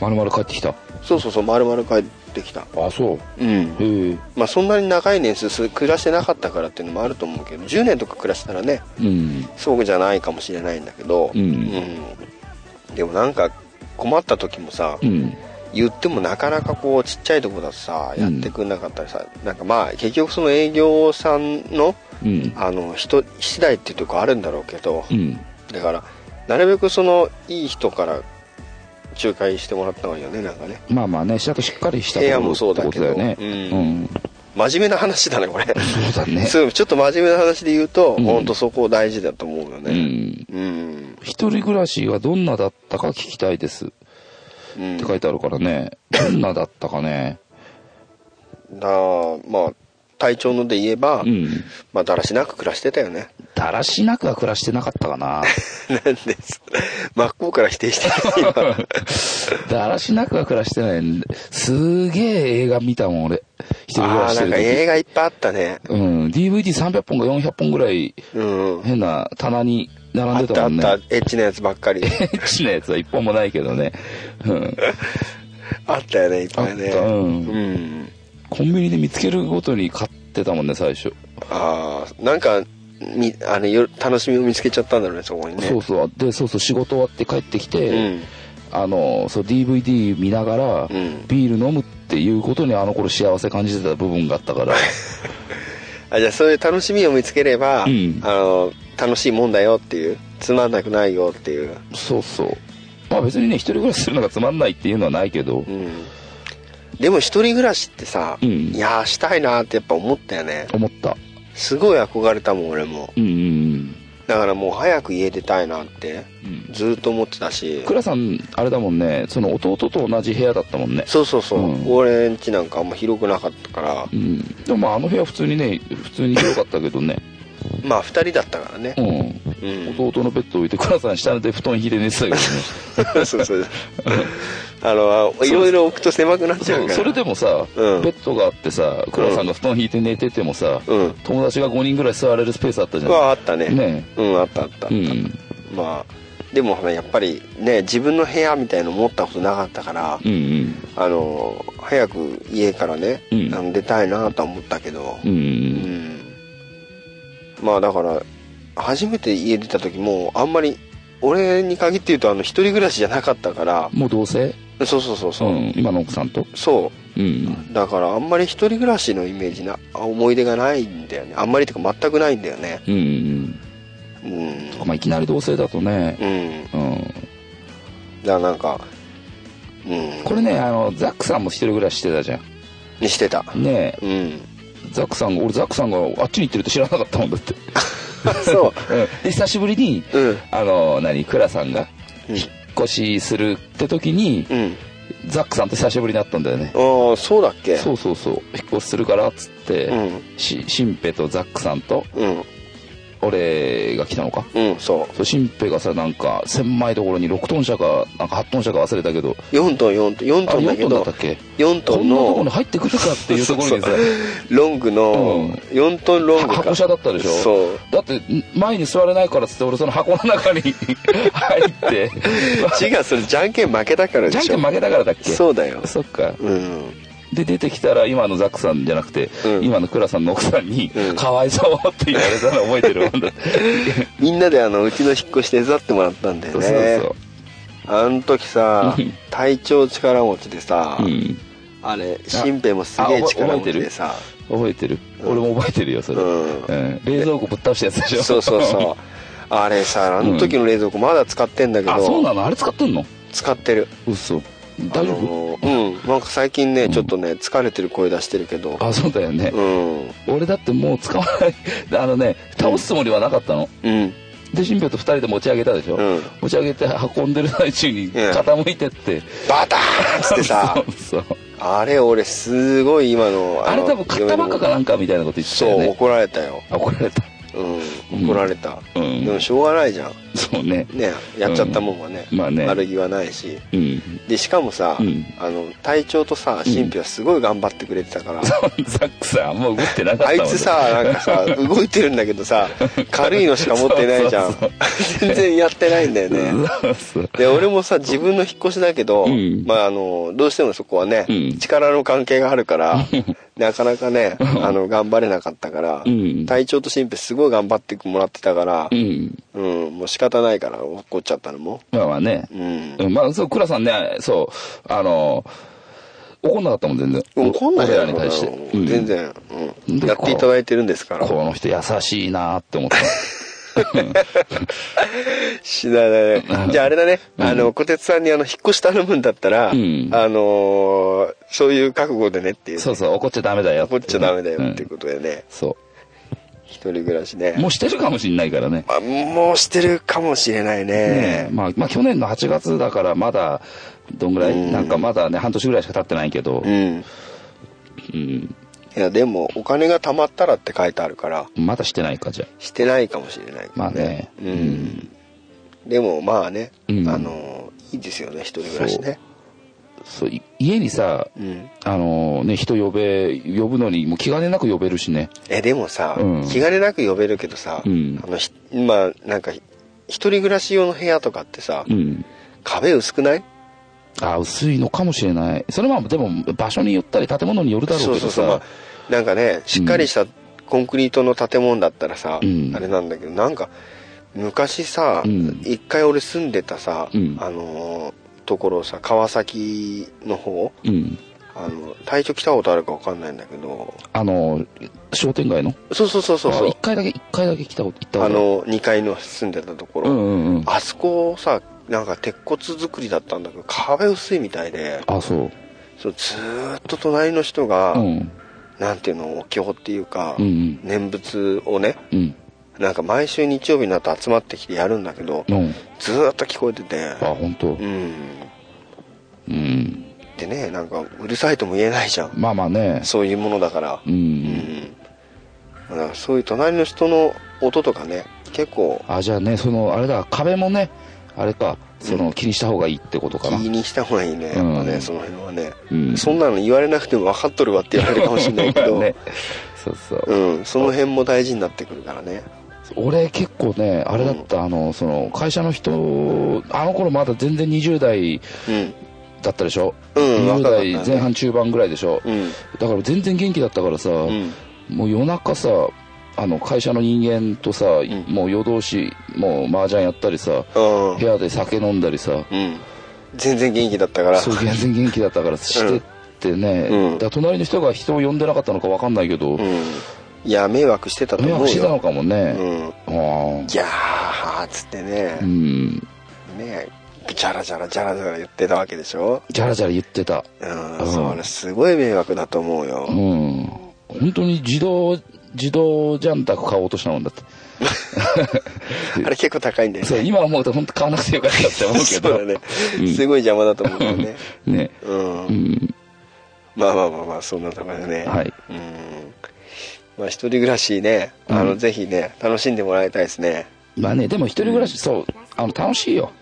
S4: まるまる帰ってきた
S3: そうそうそう丸々帰ってきた
S4: あそ
S3: う
S4: う
S3: ん
S4: へえ
S3: まあそんなに長い年数す暮らしてなかったからっていうのもあると思うけど10年とか暮らしたらね
S4: うん
S3: そうじゃないかもしれないんだけど
S4: うん
S3: うんでもなんか困った時もさ、
S4: うん
S3: 言ってもなかなかこうちっちゃいとこだとさ
S4: うん
S3: やってくれなかったりさ、なんかまあ結局その営業さんの
S4: うん
S3: あの人次第っていうとこあるんだろうけど
S4: うん
S3: だからなるべくそのいい人から仲介してもらった方がいいよねなんかね
S4: まあまあねししっかりした
S3: 部屋もそうだけど
S4: ってことだよね
S3: うん真面目な話だねこれ
S4: そうだね
S3: そうちょっと真面目な話で言うと、
S4: うん
S3: ほんとそこ大事だと思うよ
S4: う
S3: ね
S4: ん
S3: うん、
S4: 一人暮らしがどんなだったか聞きたいですっ
S3: うん、
S4: て
S3: だ
S4: 書いてあるからねどんなだったかね
S3: まあ体調ので言えば、
S4: うん
S3: まあだらしなく暮らしてたよね
S4: だらしなくは暮らしてなかったかな
S3: なんです真っ向から否定してる 今
S4: だらしなくは暮らしてないんで。すげえ映画見たもん、俺。一人暮ら
S3: あ
S4: し
S3: あ
S4: し
S3: なんか
S4: て
S3: 映
S4: る
S3: 画いっぱいあったね
S4: 時。うん。DVD300 本か400本ぐらい、
S3: うん
S4: 変な棚に並
S3: あ
S4: ん
S3: っ
S4: で
S3: た
S4: た
S3: あ
S4: も
S3: っ
S4: んね。
S3: たエッチなやつばっかり
S4: エッチなやつは一本もないけどね。うん。
S3: あったよねいっぱいね
S4: あったうん
S3: うん
S4: コンビニで見つけるごとに買ってたもんね、最初。
S3: ああなんかみあのよ楽しみを見つけちゃったんだろうねそこにね
S4: そうそう。で、そうそう、仕事終わって帰ってき
S3: う
S4: て、
S3: ん
S4: あの、そう、DVD 見ながら、
S3: ん
S4: ビール飲むっていうことにあの頃幸せ感じてた部分があったから。
S3: あじゃあそういう楽しみを見つければ、
S4: うん
S3: あの楽しいもんだよっていうつまんなくないよっていう、
S4: そうそう。まあ別にね、一人暮らしするのがつまんないっていうのはないけど。
S3: うん、でも一人暮らしってさ、
S4: うん
S3: いやーしたいなーってやっぱ思ったよね
S4: 思った
S3: すごい憧れたもん俺も
S4: うんうん
S3: だからもう早く家出たいなって
S4: うん
S3: ずーっと思ってたし
S4: 倉さんあれだもんねその弟と同じ部屋だったもんね
S3: そうそうそう、
S4: うん
S3: 俺ん家なんかあんま広くなかったから
S4: うんでもまああの部屋普通にね普通に広かったけどね
S3: まあ2人だったからね
S4: う
S3: うんん
S4: 弟のベッド置いて倉さん下で布団引いて寝てたけど ね
S3: そうそうあのあいろいろ置くと狭くなっちゃう か
S4: そう
S3: ら
S4: それでもさ、
S3: うん
S4: ベッドがあってさ倉さんが布団引いて寝ててもさ、
S3: うん
S4: 友達が5人ぐらい座れるスペースあったじゃ
S3: は
S4: な
S3: あったね
S4: いね
S3: うんあったあった、
S4: うん
S3: まあでもほらやっぱりね自分の部屋みたいの持ったことなかったから、
S4: うんうん
S3: あの早く家からね、
S4: うん
S3: あの出たいなとは思ったけど
S4: うんう
S3: うんんまあだから初めて家出た時もあんまり俺に限って言うとあの一人暮らしじゃなかったから
S4: もう同棲、
S3: そうそうそうそうう、
S4: ん、今の奥さんと
S3: そう
S4: うん
S3: だからあんまり一人暮らしのイメージなあ思い出がないんだよねあんまりとか全くないんだよね
S4: うんうん
S3: うん
S4: まあいきなり同棲だとね
S3: うんだか
S4: うん
S3: らなんかうん
S4: これね、あの、ザックさんも一人暮らししてたじゃ
S3: にしてた
S4: ん。ねえ、
S3: うん
S4: ザックさんが、俺ザックさんがあっちに行ってると知らなかったもんだって。。
S3: そう
S4: ん。で、久しぶりに、
S3: うん
S4: あの、何、クラさんが、
S3: うん
S4: 引っ越しするって時に、
S3: うん
S4: ザックさんと久しぶりに会ったんだよね。
S3: ああそうだっけ
S4: そうそうそう。引っ越しするから、っつって、
S3: うん
S4: し、シンペとザックさんと、
S3: うん
S4: 俺が来たのか。
S3: うんそ
S4: そう、シンペがさ、なんか、千枚どころに6トン車か、なんか8トン車か忘れたけど、
S3: う4トン4トン4
S4: あ
S3: ト
S4: れ
S3: ンだ
S4: 4
S3: け
S4: トンだ
S3: ど
S4: ったっけ
S3: 4ト
S4: こ
S3: ン
S4: んなとこに
S3: の
S4: 入ってくるかっていうところにさ、
S3: ロングの
S4: うん
S3: 4トンロングか
S4: 箱車だったでしょ
S3: そう
S4: だってん前に座れないからっつって俺その箱の中に入って
S3: 違うそれじゃんけん負けたから
S4: じ
S3: で
S4: ゃん
S3: し
S4: け
S3: ょ
S4: ん負けたからだっけ
S3: そうだよ
S4: そっか
S3: うん
S4: で出てきたら今のザックさんじゃなくて、
S3: うん
S4: 今のクラさんの奥さんに、
S3: うん
S4: かわいそうって言われたの覚えてるもんだ
S3: みんなであのうちの引っ越し手伝ってもらったんだよ
S4: そう
S3: ね
S4: そう
S3: あの時さ
S4: うん
S3: 体調力持ちでさ、
S4: そう、うん、
S3: あれ新兵もすげえ力持ちでさ
S4: 覚えてる、俺も覚えてるよそ
S3: う
S4: れ、
S3: ん
S4: 冷蔵庫ぶっ倒したやつでしょ
S3: そうそうそうあれさあの時の冷蔵庫まだ使ってんだけ
S4: あそ
S3: ど、
S4: うなのあれ使ってんの
S3: 使ってる
S4: 嘘大丈
S3: あ
S4: 夫
S3: のーうんなんか最近ねちょっとね疲れてる声出してるけど
S4: あそうだよね、
S3: うん
S4: 俺だってもう使わない あのね倒すつもりはなかったの、
S3: うん
S4: で新兵と2人で持ち上げたでしょ、
S3: うん
S4: 持ち上げて運んでる最中に傾いてって、
S3: バターンっつって さ
S4: そうそう
S3: あれ俺すごい今の
S4: あれ多分買ったばっかか
S3: な
S4: なんかみたいなこと言ってたよ
S3: そう
S4: ね
S3: 怒られたよ
S4: あ怒られた
S3: うん怒られた、
S4: うん
S3: でもしょうがないじゃん
S4: そうね
S3: ねやっちゃったもんはね,、
S4: うんまあね
S3: 悪気はないし
S4: うん
S3: でしかもさ、
S4: うん
S3: あの隊長とさ神秘はすごい頑張ってくれてたから、
S4: ザックさんもう動いてなかった
S3: あ
S4: もん
S3: いつさなんかさ動いてるんだけど さ軽いのしか持ってないじゃん
S4: そうそう
S3: 全然やってないんだよね
S4: そうそう
S3: で俺もさ自分の引っ越しだけど、
S4: うん
S3: まああのどうしてもそこはね、
S4: うん
S3: 力の関係があるから なかなかねあの頑張れなかったから、
S4: うん
S3: 隊長と神秘すごい頑張ってもらってたから
S4: う、ん
S3: うんもう仕方ないから怒っちゃったのも
S4: まあまあね
S3: う、ん
S4: うん、まあそう倉さんねそうあの怒んなかったもん全然
S3: 怒んないだ
S4: 俺らに対して、うん
S3: 全然、うん
S4: で
S3: やっていただいてるんですから
S4: この人優しいなって思った
S3: しだね。じゃああれだね、あの、小鉄さんにあの、引っ越し頼むんだったら、
S4: うん
S3: あのーそういう覚悟でねっていう、
S4: そうそう怒っちゃダメだよ
S3: 怒っちゃダメだよっていううんことでね、
S4: そ
S3: 一人暮らしね。
S4: うもうしてるかもしんないからね
S3: あもうしてるかもしれない
S4: ねえ
S3: ね。
S4: まあ、まあ去年の8月だからまだどんぐらい、
S3: うん
S4: なんかまだね半年ぐらいしか経ってないけど、うん
S3: うん。いや、でも、お金が貯まったらって書いてあるから、
S4: まだしてないかじゃあ
S3: してないかもしれないけど
S4: まあね
S3: うん。でも、まあね、
S4: うん
S3: あのーいいですよね、一人暮らしね。
S4: そうい家にさ
S3: うん。
S4: あのね人呼べ呼ぶのにもう気兼ねなく呼べるしね
S3: えでもさ、
S4: うん
S3: 気兼ねなく呼べるけどさ、
S4: うん
S3: あのひまあなんかひ一人暮らし用の部屋とかってさ、
S4: うん
S3: 壁薄くない
S4: あ薄いのかもしれないそれはでも場所によったり建物によるだろうけどさ
S3: まあなんかねしっかりしたコンクリートの建物だったらさ、
S4: うん
S3: あれなんだけどなんか昔さ
S4: うん
S3: 一、回俺住んでたさ、
S4: うん
S3: あのーところさ川崎の方
S4: うん
S3: あの体調来たことあるかわかんないんだけど
S4: あの商店街の
S3: そうそうそうそうそう
S4: あ一回だけ一回だけ来たこと行った
S3: あ
S4: こ
S3: の
S4: と
S3: 2階の住んでたとこ
S4: う
S3: ろ、
S4: んうんうん
S3: あそこさなんか鉄骨造りだったんだけど壁薄いみたいで
S4: あそう
S3: そうずーっと隣の人が、
S4: うん
S3: なんていうのお経っていうか、
S4: うん
S3: 念仏をね
S4: うんうん
S3: なんか毎週日曜日になると集まってきてやるんだけど、
S4: うん
S3: ずーっと聞こえてて
S4: あ本当
S3: うん
S4: うん
S3: でねなんかうるさいとも言えないじゃん
S4: まあまあね
S3: そういうものだからう
S4: う
S3: んんだからそういう隣の人の音とかね結構
S4: あじゃあねそのあれだ壁もねあれかその気にした方がいいってことか
S3: 気
S4: な
S3: にした方がいいねやっぱね、
S4: うん
S3: その辺はね、
S4: うん
S3: そんなの言われなくても分かっとるわって言われるかもしれないけど、
S4: ねそうそう、
S3: うん、その辺も大事になってくるからね
S4: 俺結構ねあれだった、あのその会社の人あの頃まだ全然20代
S3: うん
S4: だったでしょ、
S3: うん
S4: 20
S3: 若かったね
S4: 代前半中盤ぐらいでしょ、
S3: うん
S4: だから全然元気だったからさ、
S3: うん
S4: もう夜中さあの会社の人間とさ、
S3: ん
S4: もう夜通しもう麻雀やったりさ
S3: うん
S4: 部屋で酒飲んだりさ、
S3: うん全然元気だったから
S4: そう全然元気だったからしてってね、
S3: うん
S4: だから隣の人が人を呼んでなかったのか分かんないけど、
S3: うんいや迷惑してたと
S4: 迷
S3: 思
S4: 惑
S3: う
S4: してたの
S3: よ
S4: かもね、
S3: うん
S4: ああ
S3: ギャーっつってね
S4: う、ん
S3: ねじゃらじゃらじゃらじゃら言ってたわけでしょ
S4: じゃらじゃら言ってた。
S3: うん、
S4: うん
S3: それすごい迷惑だと思うよ
S4: う、ん。本当に自動、自動ジャンタク買おうとしたもんだって。
S3: あれ結構高いんだよ
S4: そう、
S3: ね
S4: 今思うと本当買わなくてよかったって思うけど。
S3: そうだね、すごい邪魔だと思うよね
S4: ね。
S3: うん、
S4: うん。
S3: まあまあまあまあそんなところでね、
S4: はい。
S3: うんまあ一人暮らしねあの、
S4: うん
S3: ぜひね楽しんでもらいたいですね
S4: まあね、でも一人暮らし、そう、あの、楽しいよ。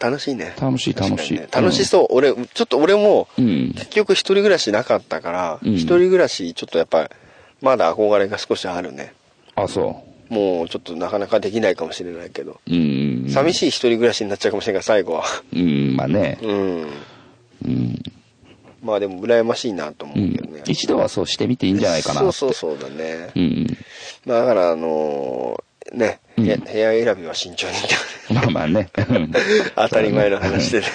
S3: 楽しいね
S4: 楽しい楽し
S3: 確
S4: い
S3: かにね楽しそう、俺ちょっと俺も
S4: うん。
S3: 結局一人暮らしなかったから、
S4: うん
S3: 一人暮らしちょっとやっぱまだ憧れが少しあるね
S4: あ、そ
S3: もうちょっとなかなかできないかもしれないけど、
S4: う。うん。
S3: 寂しい一人暮らしになっちゃうかもしれないから最後は
S4: うん、まあね。
S3: うん
S4: うん。
S3: まあでも羨ましいなと思
S4: う
S3: うんけどね、
S4: 一度はそうしてみていいんじゃないかな。
S3: そうそうそうだね、
S4: うん。
S3: まあだからあのーね、
S4: ん
S3: へ部屋選びは慎重に
S4: まあまあね。うん
S3: 当たり前の話でね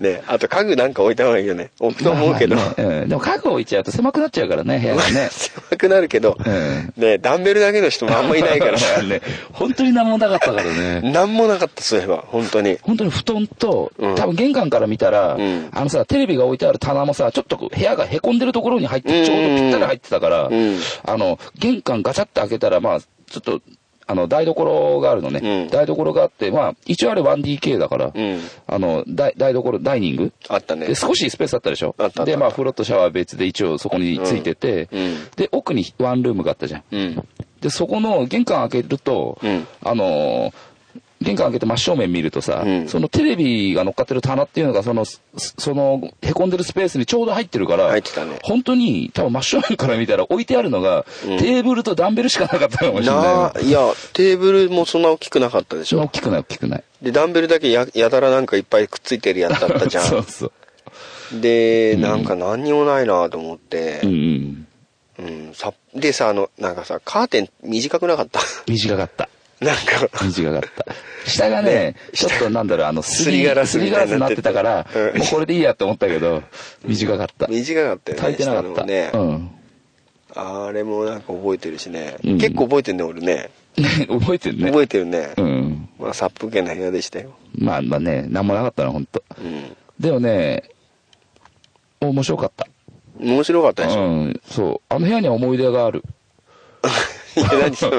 S3: ねあと家具なんか置いた方がいいよね置くと思うけど、。
S4: まあまあねうん。でも家具置いちゃうと狭くなっちゃうからね、部屋がね
S3: 狭くなるけど、
S4: うん
S3: ねダンベルだけの人もあんまいないから
S4: ね。本当に何もなかったからね。
S3: 何もなかったそういえば本当に
S4: 本当に布団と、
S3: うん
S4: 多分玄関から見たら、
S3: うん
S4: あのさ、テレビが置いてある棚もさ、ちょっとこう部屋がへこんでるところに入って、ちょうどぴったり入ってたから、
S3: うん
S4: あの、玄関ガチャって開けたら、まあ、ちょっと、あの、台所があるのね。
S3: うん
S4: 台所があって、まあ、一応あれ 1DK だから、
S3: うん
S4: あの、台台所、ダイニング
S3: あったね
S4: で、少しスペースあったでしょ
S3: あったあった
S4: で、まあ、風呂とシャワー別で一応そこについてて、
S3: うんうん
S4: で、奥にワンルームがあったじゃん。
S3: うん
S4: で、そこの玄関開けると、
S3: うん
S4: あのー玄関開けて真正面見るとさ、
S3: うん
S4: そのテレビが乗っかってる棚っていうのが、その、すその、へこんでるスペースにちょうど入ってるから、
S3: 入ってたね
S4: 本当に、多分真正面から見たら置いてあるのが、テーブルとダンベルしかなかったかもしれない
S3: な
S4: よ
S3: あ。いやテーブルもそんな大きくなかったでし
S4: そん
S3: ょ
S4: な大きくない大きくない。
S3: でダンベルだけややたらなんかいっぱいくっついてるやつだったじゃ
S4: そうそう。
S3: んでなんか何にもないなと思って
S4: うん、うん。
S3: うんさでさあのなんかさカーテン短くなかった
S4: 短かった。
S3: なんか
S4: 短かった。 下がね、
S3: ね
S4: ちょっとなんだろう、あの、す
S3: すり
S4: り
S3: ガ
S4: ガ
S3: ラ
S4: ラ
S3: ス
S4: ス
S3: み
S4: に
S3: たいにな
S4: な
S3: っ
S4: ってて
S3: た
S4: たから、
S3: うん
S4: もうこれでいいやと思ったけど、短かった。
S3: 短かったよね
S4: 足りてなか
S3: 下
S4: っ
S3: の
S4: た。
S3: ね
S4: うん。
S3: あれもなんか覚えてるしね、
S4: うん
S3: 結構覚えてんね俺ね
S4: ね 覚えてるね。
S3: 覚えてるね、
S4: うん。
S3: まあ殺風景な部屋でしたよ
S4: まあまあね、なんもなかったな、本当
S3: うん
S4: でもね、面白かった。
S3: 面白かったでし
S4: う
S3: ょ、
S4: ん、そう。あの部屋には思い出がある。
S3: いや何その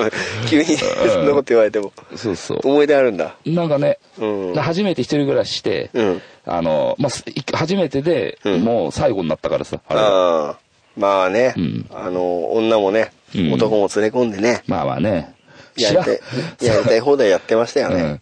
S3: 急にそんなこと言われても
S4: そうそう。
S3: 思い出あるんだ
S4: なんかね、
S3: うん
S4: 初めて一人暮らしして、
S3: うん
S4: あの、まあ、す初めてで、
S3: うん
S4: もう最後になったからさ、あれが
S3: ああまあね、
S4: うん
S3: あの女もね、
S4: うん
S3: 男も連れ込んでね
S4: まあまあね、
S3: や
S4: 知
S3: り
S4: らん
S3: たいやりたい放題やってましたよ
S4: う
S3: ね
S4: ん、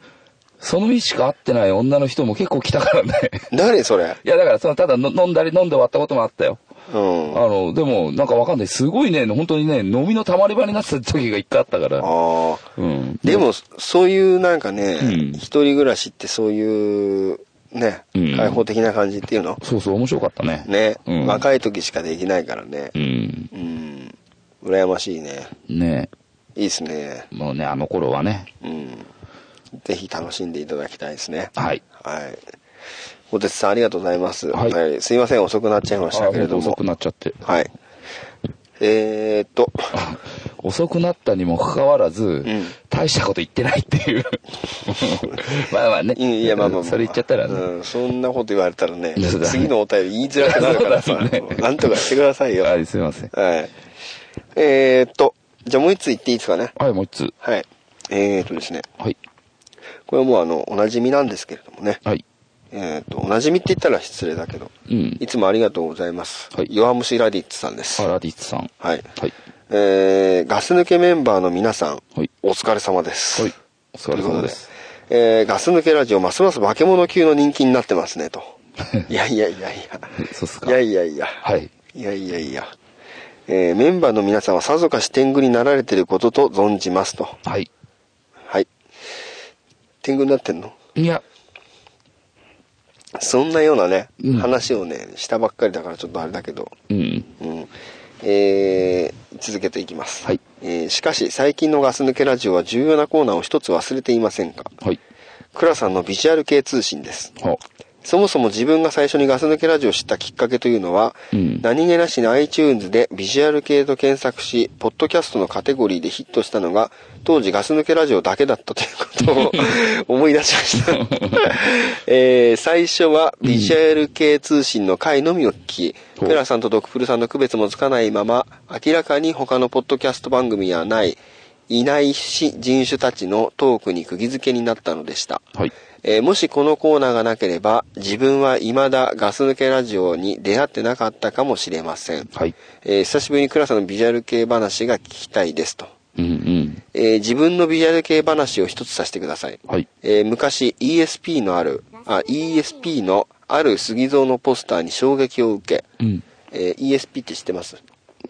S4: その日しか会ってない女の人も結構来たからね。
S3: 何それ
S4: いや、だから、その、ただの飲んだり飲んで終わったこともあったよ。
S3: う
S4: あ
S3: んあ
S4: の、でも、なんかわかんない。すごいね、本当にね、飲みの溜まり場になってた時が一回あったから。
S3: あ
S4: うん。
S3: でもそういうなんかね、
S4: うん
S3: 一人暮らしってそういうね、
S4: うん
S3: 開放的な感じっていうの
S4: そうそう、面白かったね。
S3: ね、
S4: うん。
S3: 若い時しかできないからね
S4: うん。
S3: うん羨ましいね
S4: ね
S3: いいですね
S4: もうね、あの頃はね。
S3: うんぜひ楽しんでいただきたいですね
S4: はい。
S3: はい小鉄さんありがとうございます、
S4: はい
S3: はい、すいません遅くなっちゃいましたけれど
S4: あ遅
S3: も
S4: くなっちゃって。
S3: はい。えー、っと、
S4: 遅くなったにもかかわらず、大したこと言ってないっ ていう。まあまあね。
S3: いや、まあまあまあ
S4: それ言っちゃったらね。
S3: うん、そんなこと言われたらね
S4: そうだ、ね
S3: 次のお便り言いづらくなるからさ、
S4: そうだね
S3: なんとかしてくださいよ。は。
S4: はいい、すいません。
S3: えー、っと、じゃあもう一つ言っていいですかね。
S4: はい、もう一つ。
S3: はい。えー、っとですね、
S4: はい。
S3: これはもうあの、おなじみなんですけれどもね。
S4: はい。
S3: えー、っと、おなじみって言ったら失礼だけど、
S4: うん。
S3: いつもありがとうございます。
S4: はい
S3: 弱虫ラディッツさんです
S4: あ。ラディッツさん。
S3: はい。
S4: はい。
S3: えー、ガス抜けメンバーの皆さん、
S4: はい
S3: お疲れ様です。
S4: はい。お疲れ様です。
S3: ということで。えーガス抜けラジオ、ますます化け物級の人気になってますね、 と。いやいやいやい
S4: そうっす
S3: や。
S4: か。
S3: いやいやいや。
S4: はい。
S3: いやいやいや。えーメンバーの皆さんはさぞかし天狗になられてることと存じますと。
S4: はい。
S3: はい。天狗になってんの
S4: いや、
S3: そんなようなね、
S4: うん
S3: 話をね、したばっかりだからちょっとあれだけど。
S4: うん。
S3: うんえー続けていきます、
S4: はい
S3: えーしかし最近のガス抜けラジオは重要なコーナーを一つ忘れていませんか
S4: はい。
S3: 倉さんのビジュアル系通信です
S4: は
S3: そもそも自分が最初にガス抜けラジオを知ったきっかけというのは、
S4: うん
S3: 何気なしに iTunes でビジュアル系と検索し、ポッドキャストのカテゴリーでヒットしたのが、当時ガス抜けラジオだけだったということを 思い出し ました。えー最初はビジュアル系通信の回のみを聞き、
S4: うん
S3: ペラさんとドクプルさんの区別もつかないまま、明らかに他のポッドキャスト番組にはない、いないし人種たちのトークに釘付けになったのでした。
S4: はい。
S3: えーもしこのコーナーがなければ、自分は未だガス抜けラジオに出会ってなかったかもしれません。
S4: はい。
S3: えー久しぶりにクラさんのビジュアル系話が聞きたいですと。
S4: うんうん。
S3: えー自分のビジュアル系話を一つさせてください。
S4: はい。
S3: えー昔 ESP のある、あ、ESP のある杉蔵のポスターに衝撃を受け、
S4: うん。
S3: えー ESP って知ってます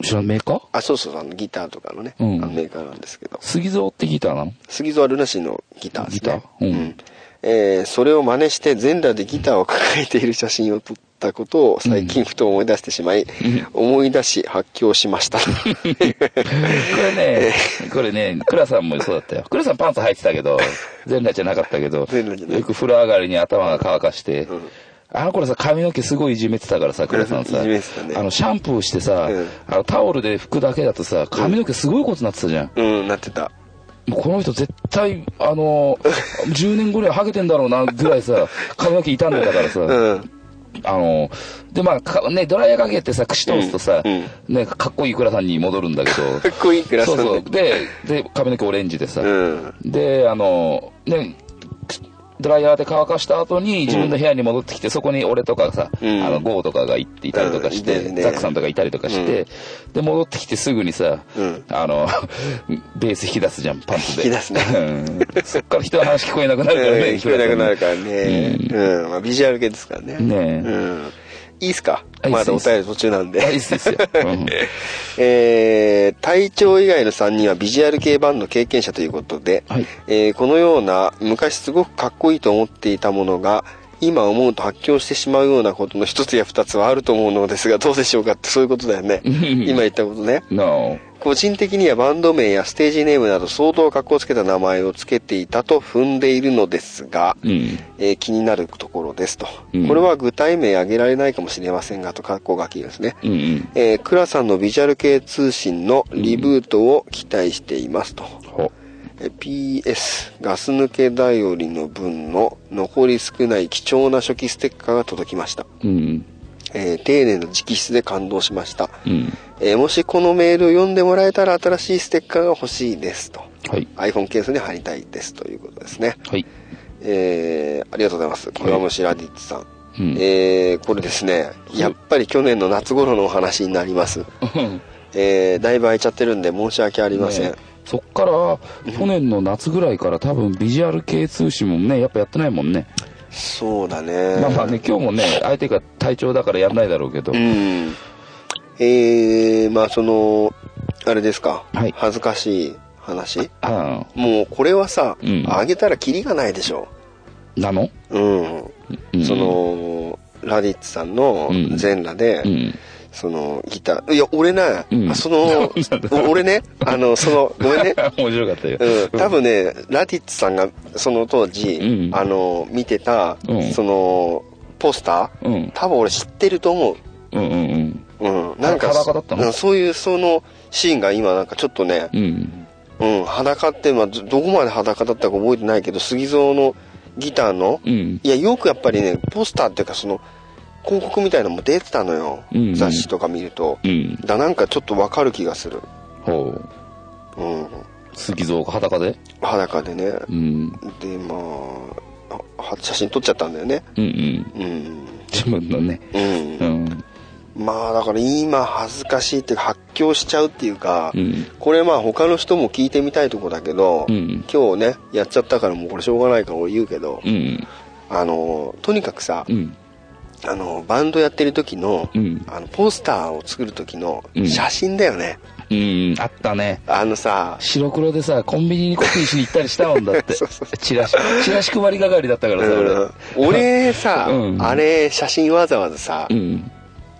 S4: 知らんメーカー
S3: あ、そうそう、あのギターとかのね、
S4: うん
S3: あのメーカーなんですけど。
S4: 杉蔵ってギターなの
S3: 杉蔵ルナシーのギターですね。
S4: ギターうん
S3: えーそれを真似して全裸でギターを抱えている写真を撮ったことを最近ふと思い出してしまい、思い出し発狂し ました。
S4: これね、これね、倉さんもそうだったよ。倉さんパンツ履いてた けど、全裸じゃなかったけど、
S3: 全裸じゃない
S4: よく風呂上がりに頭が乾かして、あの頃さ、髪の毛すごいいじめてたからさ、倉さんさ、
S3: いじめてたね
S4: あの、シャンプーしてさ、
S3: うん
S4: あの、タオルで拭くだけだとさ、髪の毛すごいことになってたじゃん。
S3: うん、なってた。
S4: もうこの人絶対、あの、10年後にはハゲてんだろうな、ぐらい さ、髪の毛傷んでたからさ、
S3: うん。
S4: あの、で、まあ、かね、ドライヤーかけてさ、串通すとさ、
S3: うん
S4: ね、かっこいい倉さんに戻るんだけ ど、
S3: かっこいいクラス
S4: そ
S3: な
S4: う
S3: だ
S4: んそう。で、で、髪の毛オレンジでさ、
S3: うん。
S4: で、あの、ね、ドライヤーで乾かした後に自分の部屋に戻ってきて、そこに俺とかさ、
S3: うん
S4: あの、ゴーとかがいいたりとかし
S3: う
S4: て、
S3: んいたね
S4: ザックさんとかいたりとかして、で、戻ってきてすぐにさ、
S3: うん
S4: あの、 ベース引き出すじゃん、パンツで。
S3: 引き出すね
S4: うんそっから人の話聞こえなくなるからね、
S3: うん聞こえなくなるからね。
S4: う
S3: うん。まあ、ビジュアル系ですからね。
S4: ねえ
S3: うん。いいっすか
S4: あいいっす
S3: まだお便り途中なんで。
S4: 大好きですよ。うん
S3: えー、隊長以外の3人はビジュアル系バンド経験者ということで、
S4: はい
S3: えーこのような昔すごくかっこいいと思っていたものが今思うと発狂してしまうようなことの一つや二つはあると思うのですがどうでしょうかってそういうことだよ ね今言ったことね
S4: No.
S3: 個人的にはバンド名やステージネームなど相当かっこつけた名前をつけていたと踏んでいるのですが、
S4: うん。
S3: えー気になるところですと、
S4: うん
S3: これは具体名挙げられないかもしれませんがとかっこ書きですね、
S4: うんうん。
S3: えー、クラさんのビジュアル系通信のリブートを期待していますと。
S4: ほ
S3: えー PS、ガス抜け頼りの分の残り少ない貴重な初期ステッカーが届きました。
S4: うん。
S3: えー丁寧な直筆で感動しました、
S4: うん。
S3: えーもしこのメールを読んでもらえたら新しいステッカーが欲しいですと。
S4: はい。
S3: iPhone ケースに貼りたいですということですね。
S4: はい。
S3: えーありがとうございます。これはもしラディッツさん。
S4: うん
S3: えーこれですね、やっぱり去年の夏頃のお話になります。えーだいぶ空いちゃってるんで申し訳ありません。
S4: ねそっから去年の夏ぐらいから多分ビジュアル系通信もねやっぱやってないもんね、
S3: そうだね。
S4: まあまあね今日もね相手が体調だからやんないだろうけど、
S3: うん。えー、まあその、あれですか、
S4: はい
S3: 恥ずかしい話
S4: あ
S3: もうこれはさ、
S4: うん
S3: あげたらキリがないでしょ。
S4: あなの、
S3: うん。
S4: うん、
S3: その、ラディッツさんの
S4: うん
S3: 全裸で、
S4: うん
S3: そのギター、いや、俺ね、
S4: うん
S3: あその、俺ね、あの、その、ごめんね。
S4: 面白かったよ、
S3: うん、多分ね、ラディッツさんがその当時、
S4: うん
S3: あの、見てた、
S4: うん
S3: その、ポスター、
S4: うん
S3: 多分俺知ってると思う。
S4: うんうん
S3: うん、なんか、
S4: 裸だったの
S3: うんそういう、その、シーンが今なんかちょっとね
S4: うんう、ん
S3: うん、裸って、まあ、どどこまで裸だったか覚えてないけど、杉蔵のギターの、
S4: うん
S3: いや、よくやっぱりね、ポスターっていうかその、広告みたいなのも出てたのよ。
S4: うんうん
S3: 雑誌とか見ると。
S4: うん
S3: だ、なんかちょっとわかる気がする。
S4: ほう
S3: うん。
S4: 杉蔵が裸で、
S3: 裸でね。
S4: うん、
S3: で、まあ、あは写真撮っちゃったんだよね。
S4: うんうん
S3: うん。
S4: 自分のね
S3: うん
S4: う。ん
S3: まあ、だから今恥ずかしいっていうか、発狂しちゃうっていうか、
S4: うん
S3: これまあ他の人も聞いてみたいとこだけど、
S4: うん
S3: 今日ねやっちゃったからもうこれしょうがないから俺言うけど、
S4: うん
S3: あのとにかくさ、
S4: うん
S3: あのバンドやってる時の、
S4: うん
S3: あのポスターを作る時の
S4: うん
S3: 写真だよね、
S4: うんあったね
S3: あのさ
S4: 白黒でさコンビニにコピーしに行ったりしたもんだ ってチラシチラシ配り係だったからさ
S3: うん
S4: 俺
S3: 俺さ、
S4: うん
S3: あれ写真わざわざさ、
S4: うん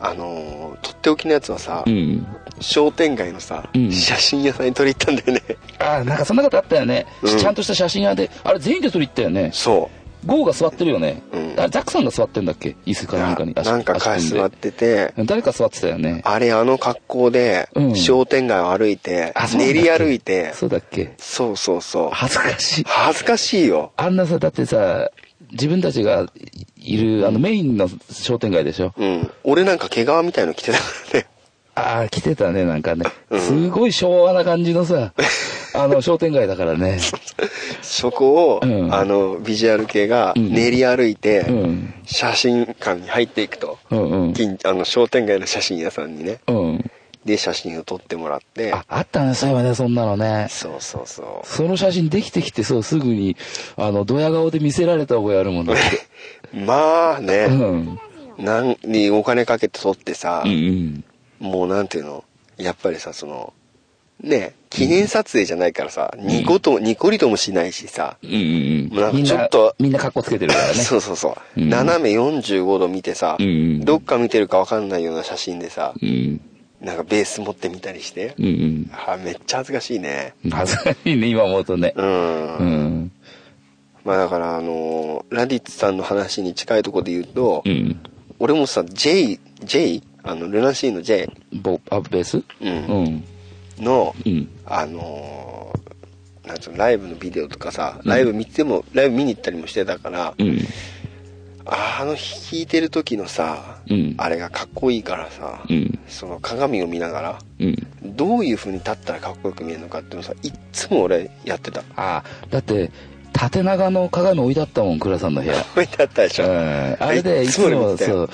S3: あのとっておきのやつはさ、
S4: うん
S3: 商店街のさ、
S4: うん
S3: 写真屋さんに撮り行ったんだよね
S4: ああなんかそんなことあったよね、
S3: うん
S4: ちゃんとした写真屋であれ全員で撮り行ったよね
S3: そ
S4: ゴーが座ってるよね。
S3: うん
S4: あれ、ザックさんが座ってんだっけ椅子かなんかに。足
S3: なんか
S4: 足
S3: 返
S4: 組ん
S3: す
S4: で
S3: わってて、
S4: 誰か座ってたよね。
S3: あれあの格好で
S4: う、ん
S3: 商店街を歩いて
S4: あ、そうなん
S3: 練
S4: だ
S3: り歩いて、
S4: そうだっけ
S3: そうそうそう。
S4: 恥ずかしい。
S3: 恥ずかしいよ。
S4: あんなさ、だってさ、自分たちがいる、あの、メインの商店街でしょ。
S3: うん。俺なんか毛皮みたいの着てたからね。
S4: ああ、来てたね、なんかね。すごい昭和な感じ のさ、あの、商店街だからね。
S3: そこを、
S4: うん
S3: あの、ビジュアル系が
S4: うん
S3: 練り歩いて、
S4: うん。
S3: 写真館に入っていくと。
S4: うんうん。
S3: 近あの、商店街の写真屋さんにね。
S4: うん。
S3: で、写真を撮ってもらって、
S4: あ、あったね、そういえばね、そんなのね。
S3: そうそうそ
S4: その写真できてきて、そう、すぐに、あの、ドヤ顔で見せられた覚えあるもんだって。
S3: う。 まあ
S4: う
S3: ね、
S4: ん。
S3: なんにお金かけて撮ってさ
S4: うんう、ん。
S3: もうなんていうの、やっぱりさ、その、ね、記念撮影じゃないからさ、ニコと、ニコリともしないしさ、
S4: うんうん
S3: なん
S4: う
S3: か
S4: ん。みん
S3: ちょ
S4: な
S3: っと、
S4: みんな格好つけてるからね。
S3: そうそうそう、
S4: うん
S3: 斜め45度見てさ、
S4: うんうん
S3: どっか見てるかわかんないような写真でさ、
S4: うん。
S3: なんかベース持ってみたりして、
S4: うんうん。
S3: あめっちゃ恥ずかしいね。
S4: 恥ずかしいね、今思うとね
S3: う。ん。
S4: うん。
S3: まあだから、あのーラディッツさんの話に近いところで言うと、
S4: うん。
S3: 俺もさ、J、J? あの、ルナシーの J
S4: ボアップベース
S3: うん
S4: うん。
S3: の、
S4: うん。
S3: あのーなんつうの、ライブのビデオとかさ、ライブ見ても、ライブ見に行ったりもしてたから、
S4: うん。
S3: あの弾いてる時のさ、
S4: うん
S3: あれがかっこいいからさ、
S4: うん。
S3: その鏡を見ながら、
S4: うん。
S3: どういう風に立ったらかっこよく見えるのかっていうのをさ、いっつも俺やってた。
S4: ああ、だって、縦長の鏡置いてあったもん、倉さんの部屋。
S3: こうやってあったでし
S4: う
S3: ょ。
S4: んあれでい
S3: い
S4: つ
S3: つ
S4: も
S3: もより見てた
S4: そ
S3: よ
S4: う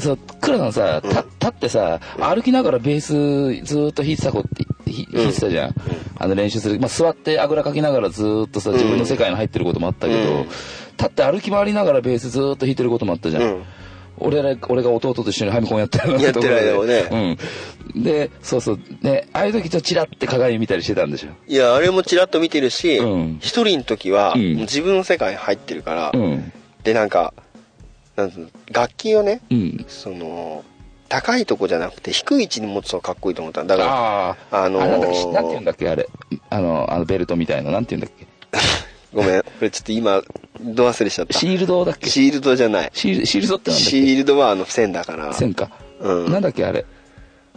S4: そう倉さんさた立ってさ歩きながらベースずーっと弾いてた子ってひ弾いてたじゃん、あの練習する、まあ、座ってあぐらかきながらずーっとさ自分の世界に入ってることもあったけど、
S3: うん
S4: 立って歩き回りながらベースずーっと弾いてることもあったじゃん、
S3: うん
S4: 俺ら俺が弟と一緒にハミコンやってる
S3: やってる間もね、
S4: うん、でそうそうねああいう時ちょっとチラって鏡見たりしてたんでしょ
S3: いや、あれもチラッと見てるし、一、
S4: うん
S3: 人の時は、
S4: うん
S3: もう自分の世界に入ってるから、
S4: うん
S3: で、なんか、なんつうの楽器をね、
S4: うん
S3: その、高いとこじゃなくて、低い位置に持つとかっこいいと思ったのだから、
S4: ああ
S3: あのー
S4: あれなんだっけなんて言うんだっけあれあのあのベルトみたいななんて言うんだっけ
S3: ごめん、 これちょっと今、ど忘れしちゃった。
S4: シールドだっけシ
S3: シールドじゃない。
S4: ールシールドってなんだっ
S3: シールドはあの線だから
S4: け、線か、
S3: うん
S4: なんだっけあれ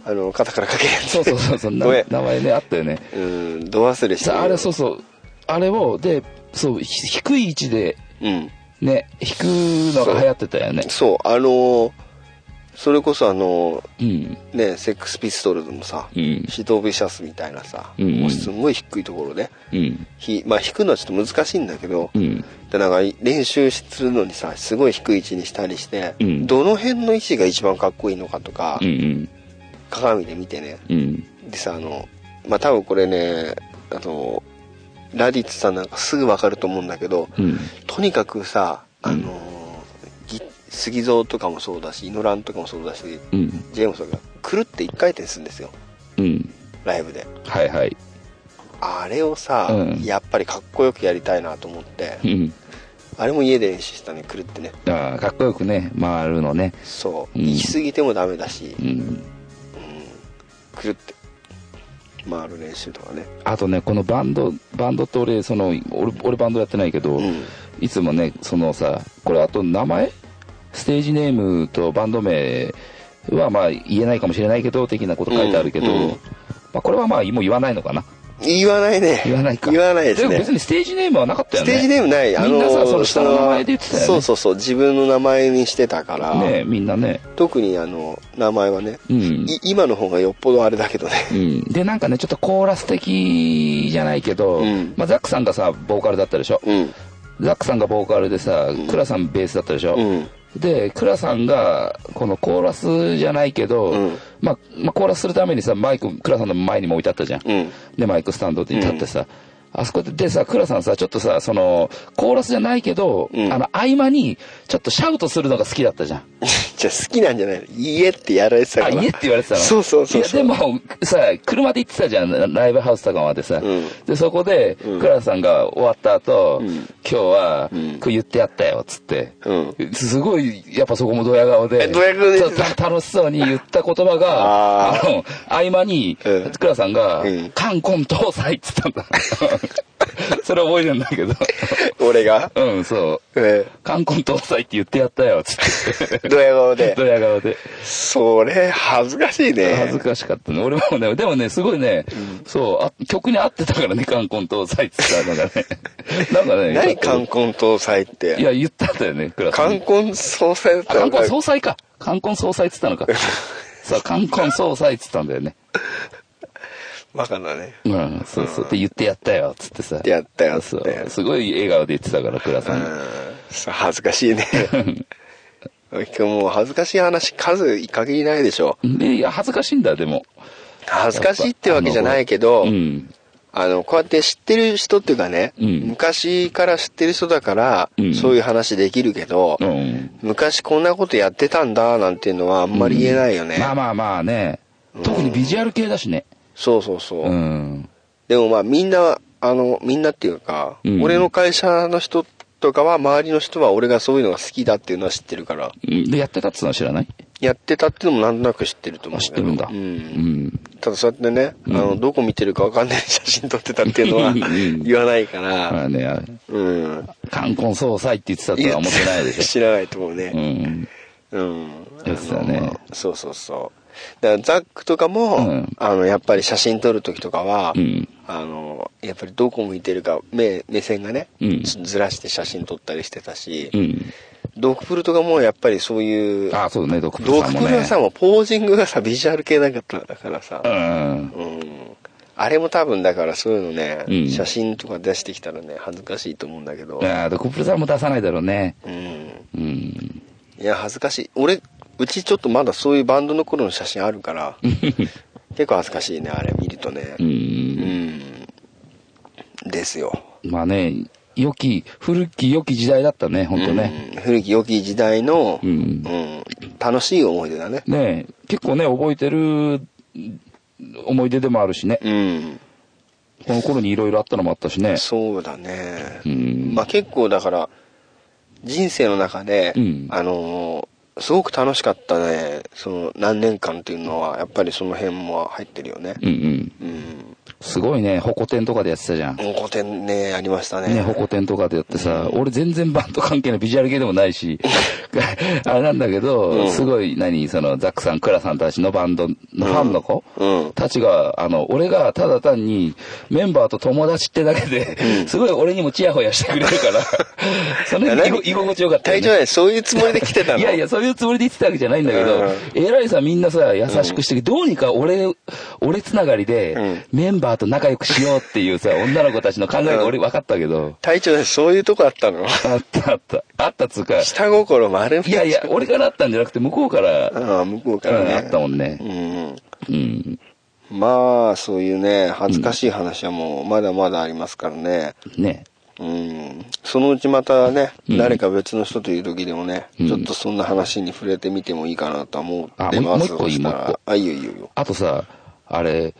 S3: あの、肩からかけるやつ
S4: そうそうそうそう な
S3: ごめん
S4: 名前ねあったよね
S3: うん、ど忘れした。
S4: さあれそうそうあれをでそうひ低い位置で
S3: うん。
S4: ね引くのが流行ってたよね
S3: そう、あのーそれこそあの
S4: うん
S3: ーね、セックスピストルズもさ、
S4: うん
S3: シドビシャスみたいなさ、
S4: うんうん
S3: もうすんごい低いところで、
S4: うん
S3: ひまあ弾くのはちょっと難しいんだけど、
S4: うん
S3: でなんか練習するのにさすごい低い位置にしたりして、
S4: うん
S3: どの辺の位置が一番かっこいいのかとか、
S4: うん
S3: 鏡で見てね
S4: うんうん
S3: でさあのまあ多分これねあのラディッツさんなんかすぐわかると思うんだけど、
S4: うん
S3: とにかくさあの、ぎ杉蔵とかもそうだしイノランとかもそうだし
S4: うん
S3: ジェームスがくるって一回転するんですよ
S4: うん
S3: ライブで
S4: はいはい
S3: あれをさ、
S4: うん
S3: やっぱりかっこよくやりたいなと思って、
S4: うん
S3: あれも家で練習したねくるってね
S4: ああかっこよくね回るのね
S3: そう、
S4: うん
S3: 行き過ぎてもダメだし、
S4: うん
S3: くるって回る練習とかね
S4: あとねこのバンドバンドって俺その俺俺バンドやってないけど、
S3: うん
S4: いつもねそのさこれあと名前ステージネームとバンド名はまあ言えないかもしれないけど的なこと書いてあるけど、
S3: うんうん
S4: まあ、これはまあもう言わないのかな
S3: 言わないね
S4: 言わないか
S3: 言わないです
S4: も
S3: ね
S4: 別にステージネームはなかったよ
S3: ス
S4: ね
S3: テージネームない
S4: みんなさその下の名前で言ってたよね
S3: そうそうそう自分の名前にしてたから、
S4: ねみんなね
S3: 特にあの名前はね、
S4: うん
S3: い今の方がよっぽどあれだけどね
S4: うん、でなんかねちょっとコーラス的じゃないけど、
S3: うん
S4: まあ、ザックさんがさボーカルだったでしょ、
S3: うん
S4: ザックさんがボーカルでさ、クラさんベースだったでしょ、
S3: うん
S4: で、倉さんが、このコーラスじゃないけど、
S3: うん
S4: まあ、まあ、コーラスするためにさ、マイク、倉さんの前にも置いてあったじゃん。
S3: うん
S4: で、マイクスタンドに立ってさ、あそこで、でさ、倉さんさ、ちょっとさ、その、コーラスじゃないけど、
S3: うん
S4: あの、合間に、ちょっとシャウトするのが好きだったじゃん。
S3: じゃあ好きなんじゃないの家ってやられてた
S4: あ、
S3: から
S4: 家って言われてたの
S3: そうそうそうそう
S4: いや、でも、さ、車で行ってたじゃん、ライブハウスとかまでさ。
S3: ん
S4: で、そこで、
S3: ん
S4: 倉さんが終わった後、
S3: ん
S4: 今日は、
S3: ん
S4: こう言ってやったよ、つって。
S3: うん
S4: すごい、やっぱそこもドヤ顔で。
S3: えドヤ顔で
S4: そうた楽しそうに言った言葉が、
S3: あ
S4: あの、合間に
S3: うん、
S4: 倉さんが
S3: うん、
S4: カンコン搭載っつったんだ。 それ覚えてんだ けど。
S3: 俺が。
S4: うん、そう。
S3: うん。
S4: 冠婚搭載って言ってやったよ、つって。
S3: ドヤ顔で
S4: ド。ヤ顔で。
S3: それ、恥ずかしいね。
S4: 恥ずかしかったね。俺もね、でもね、すごいね、そうあ、曲に合ってたからね、冠婚搭載って言ったのが ね。なんかね、
S3: 何
S4: ちょっ
S3: 冠婚搭載っ
S4: といや、
S3: て。
S4: 言ったんだよね、クラスに。
S3: 冠婚葬祭だっ
S4: あ、
S3: たら
S4: 冠婚総裁か。冠婚総裁って言っ たのか。さあ、冠婚総裁って言ったんだよね。
S3: バカだね。
S4: うん、そうそう。って言ってやったよ、つってさ。
S3: やったよっ
S4: そ
S3: て
S4: う。すごい笑顔で言ってたから、クラさ
S3: うん
S4: が。
S3: ん。そう恥ずかしいね。今日もう恥ずかしい話数いい限りないでしょ。
S4: で、いや、恥ずかしいんだ、でも。
S3: 恥ずかしいってわけじゃないけど、
S4: うん。
S3: あの、こうやって知ってる人っていうかね、
S4: うん
S3: 昔から知ってる人だから、
S4: うん
S3: そういう話できるけど、
S4: うん。
S3: 昔こんなことやってたんだなんていうのはあんまり言えないよね。
S4: まあまあまあね。特にビジュアル系だしね。
S3: そうそうそう。
S4: うん。
S3: でもまあみんな、あの、みんなっていうか、
S4: うん
S3: 俺の会社の人とかは、周りの人は俺がそういうのが好きだっていうのは知ってるから、
S4: で、やってたってのは知らない
S3: やってたっていうのもなんとなく知ってると思
S4: あ
S3: う
S4: 知
S3: よ
S4: ってるんだ。
S3: う。
S4: うんん。
S3: ただそうやってね、あの、どこ見てるかわかんない写真撮ってたっていうの は
S4: ん
S3: 言わないから、
S4: まあね、あ
S3: うん。
S4: 冠婚葬祭って言ってたとは思ってないで し
S3: 知らないと思う
S4: ょ。う
S3: ね。
S4: ん。
S3: うん。
S4: やってたね
S3: あのそうそうそう。だからザックとかも、
S4: うん
S3: あの、やっぱり写真撮る時とかは、
S4: うん。
S3: あの、やっぱりどこ向いてるか、目、目線がね、
S4: うん
S3: ずずらして写真撮ったりしてたし、
S4: うん。
S3: ドクプルとかもやっぱりそういう、
S4: あ、そうね、ドクプル
S3: ド
S4: さ
S3: ク
S4: んも
S3: プルは
S4: ね。
S3: さ、もうポージングがさ、ビジュアル系なかっただからさ、
S4: うん。
S3: うん。あれも多分だからそういうのね、
S4: うん
S3: 写真とか出してきたらね、恥ずかしいと思うんだけど、
S4: あドクプルさんも出さないだろうね。
S3: うん。
S4: うん。
S3: いや、恥ずかしい。俺、うちちょっとまだそういうバンドの頃の写真ある から、結構恥ずかしいね、あれ見るとね
S4: う。。
S3: うんん。ですよ。
S4: まあね、良き、古き良き時代だったね、本当ね。
S3: うん古き良き時代の、
S4: う
S3: うんん楽しい思い出だね。
S4: ね結構ね、覚えてる思い出でもあるしね。
S3: うん、
S4: この頃にいろいろあったのもあったしね。
S3: そうだね
S4: う。ん。
S3: まあ結構だから人生の中で、
S4: うん
S3: あのーすごく楽しかったねその何年間っていうのはやっぱりその辺も入ってるよね
S4: うんうん。
S3: うん
S4: すごいね、ホコ天とかでやってたじゃん。
S3: 古典ねありましたね
S4: ね、ホコ天とかでやってさ、俺全然バンド関係のビジュアル系でもないし、 あれなんだけど、
S3: うん
S4: すごい、何、その、ザックさん、クラさんたちのバンドのファンの子、
S3: うん
S4: たちが、あの、俺がただ単にメンバーと友達ってだけで、すごい俺にもチヤホヤしてくれるから、 その辺居居心地よかったよ
S3: 大
S4: ね
S3: 丈夫だよそういうつもりで来てたの
S4: いやいや、そういうつもりで言ってたわけじゃないんだけど、
S3: う
S4: 偉いさんみんなさ、優しくして、どうにか俺、俺つながりで、
S3: う
S4: メンバーと仲良くしようっていうさ、女の子たちの考えが俺分かったけど、
S3: 隊長だよそういうとこあった の
S4: あったあった。あったっつう か、い
S3: 下心丸めて
S4: やいや、俺からあったんじゃなくて、向こうから、うん
S3: ああ向こうからね、
S4: あったもんね。
S3: うん
S4: うん。
S3: まあそういうね恥ずかしい話はもうまだまだありますからね
S4: ね。
S3: うんそのうちまたね、
S4: うん
S3: 誰か別の人という時でもね、
S4: うん
S3: ちょっとそんな話に触れてみてもいいかなとは思って
S4: あもう
S3: ます
S4: もう一個いい
S3: そした
S4: もう一
S3: ら
S4: 個
S3: あいいよいいよいいよ
S4: あとさ、あれ、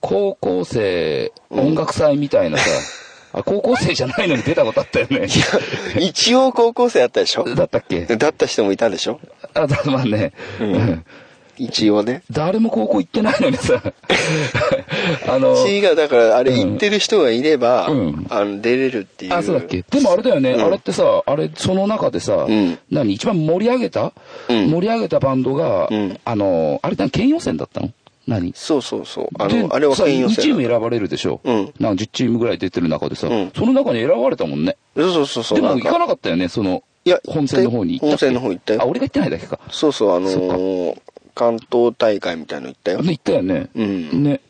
S4: 高校生音楽祭みたいなさ、あ高校生じゃないのに出たことあったよね。
S3: 一応高校生だったでしょ
S4: だったっけ
S3: だった人もいたでしょ
S4: あ、だまあね。
S3: ん一応ね
S4: 誰も高校行ってないのに さ、あの、
S3: 違がだからあれ
S4: うん
S3: 行ってる人がいれば、
S4: うん
S3: あの出れるっていう
S4: あ、そうだっけでもあれだよね、
S3: うん
S4: あれってさ、あれ、その中でさ、
S3: うん
S4: 何、一番盛り上げた、
S3: うん
S4: 盛り上げたバンドが、
S3: うん
S4: あの、あれだ、県予選だったの何
S3: そうそうそうあ
S4: で
S3: のあれは
S4: さ
S3: 兼用
S4: 2チー
S3: 制
S4: ム選ばれるでしょ。
S3: うん
S4: なんか10チームぐらい出てる中でさ、
S3: うん
S4: その中に選ばれたもんね。
S3: そうそうそうそう
S4: でも
S3: ん
S4: 行かなかったよね、その、
S3: いや
S4: 本戦の方に行ったっけ
S3: 本戦の方行ったよ
S4: あ、俺が行ってないだけか。
S3: そうそうあのー関東大会みたいの行ったよ、
S4: ね行ったよね。
S3: うん
S4: ね、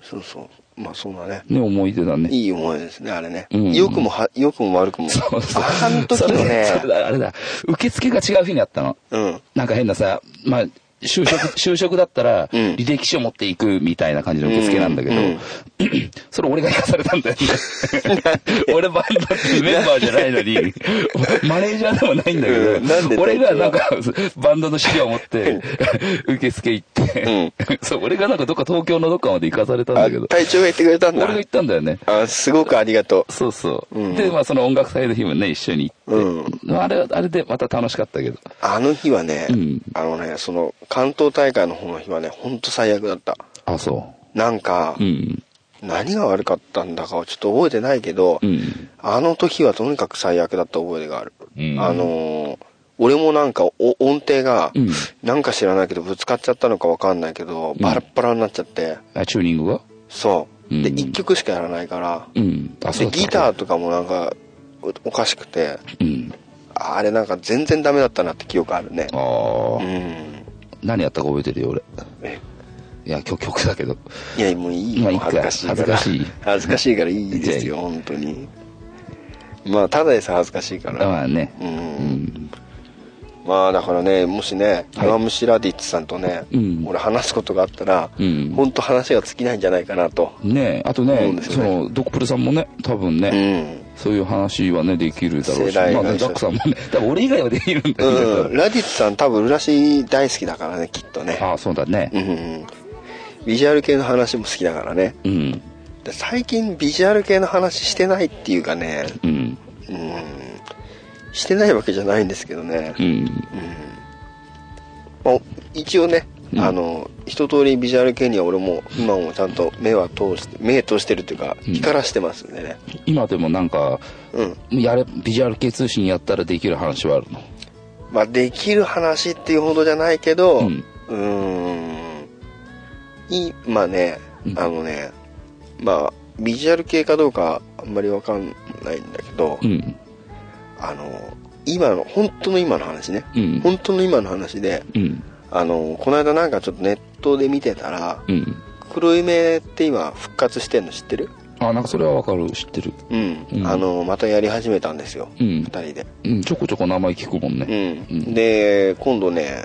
S3: そうそうまあそうだね
S4: ね、思い出だね。
S3: いい思いですね、あれね。
S4: うん
S3: 良くもは、良くも悪くも。
S4: そうそう
S3: あの時
S4: そ
S3: の
S4: れだ
S3: ね
S4: それ、だあれだ。受付が違う日にあったの。
S3: うん。
S4: なんか変なさ、まあ、 就職、就職だったら、
S3: うん
S4: 履歴書持っていくみたいな感じの受付なんだけど、
S3: うんうん
S4: それ俺が行かされた んだよね。俺バンドってメンバーじゃないのに、 マネージャーでもないんだけど、
S3: うんなんで
S4: 俺がなんかバンドの資料を持って、受付行って、そう、俺がなんかどっか東京のどっかまで行かされたん
S3: あ
S4: だけど、
S3: 隊長が言ってくれたん
S4: 俺
S3: だ
S4: が。行ったんだよね。
S3: あ、すごくありがと
S4: そうそう。
S3: うん
S4: で、まあその音楽祭の日もね、一緒に
S3: う。うん。
S4: まああれ、あれでまた楽しかったけど。
S3: あの日はね、
S4: うん
S3: あのね、その、関東大会の方の日はね、ほんと最悪だった。
S4: あ、そ
S3: なんか
S4: う。う、ん。
S3: 何が悪かったんだかはちょっと覚えてないけど、
S4: うん。
S3: あの時はとにかく最悪だった覚えがある。
S4: うん
S3: あのー俺もなんかお音程が、
S4: うん
S3: なんか知らないけどぶつかっちゃったのかわかんないけど、バラッバラになっちゃって、
S4: あ、チューニングが
S3: そう。で、
S4: うん
S3: 一曲しかやらないから、
S4: うん。あ、
S3: で、ギター
S4: ー。
S3: とかもなんかおおかしくて、
S4: うん。
S3: あれなんか全然ダメだったなって記憶あるね。
S4: あ
S3: う
S4: あ、
S3: ん。
S4: 何やったか覚えてるよ、俺。
S3: え
S4: いや、曲、曲だけど。
S3: いや、もういい
S4: まあい
S3: よ。
S4: いか
S3: 恥ずかしいから。
S4: 恥ずかしい
S3: 恥ずかしいからいいですよ、
S4: じ
S3: 本当に。まあ、ただでさえ恥ずかしいから。
S4: まあね。
S3: う。
S4: うんん。
S3: まあ、だからね、もしね、
S4: はい
S3: 岩虫ラディッツさんとね
S4: うん、
S3: 俺話すことがあったら
S4: うん、
S3: 本当話が尽きないんじゃないかなと。
S4: ねえ、あと
S3: そう
S4: ね、
S3: です
S4: そ
S3: ね
S4: の、ドクプルさんもね、多分ね、
S3: うん。
S4: そういう話はね、できるだろう
S3: 世
S4: し、
S3: 代
S4: まあ
S3: が
S4: ね、
S3: 一緒
S4: ザックさんもね、 多分俺以外はできるんだけど、
S3: うん、ラディッツさん多分浦し大好きだからねきっとね
S4: ああ、そうだ
S3: う
S4: ね。
S3: んうんビジュアル系の話も好きだからね
S4: うん。
S3: で最近ビジュアル系の話してないっていうかね
S4: うん。
S3: うんしてないわけじゃないんですけどね
S4: う、ん。
S3: まあ、一応ね、
S4: うん
S3: あの一通りビジュアル系には俺も今もちゃんと目は通して目通してるっていうか
S4: うん
S3: 光らしてますんでね
S4: 今でもなんか、
S3: うん
S4: やれ、ビジュアル系通信やったらできる話はあるの。
S3: まあできる話っていうほどじゃないけど、
S4: うん
S3: うーん。今ね
S4: う、ん
S3: あのね、まあ、ビジュアル系かどうかあんまりわかんないんだけど、
S4: うん。
S3: あの、今の、本当の今の話ね。
S4: うん
S3: 本当の今の話で、
S4: うん。
S3: あの、この間なんかちょっとネットで見てたら、
S4: うん。
S3: 黒夢って今復活してんの知ってる
S4: あ、なんかそれはわかる、知ってる。
S3: うん。
S4: うん
S3: あの、またやり始めたんですよ。
S4: う
S3: 二
S4: ん。
S3: 人で。
S4: うん、ちょこちょこ名前聞くもんね。
S3: う
S4: うん
S3: ん。で、今度ね、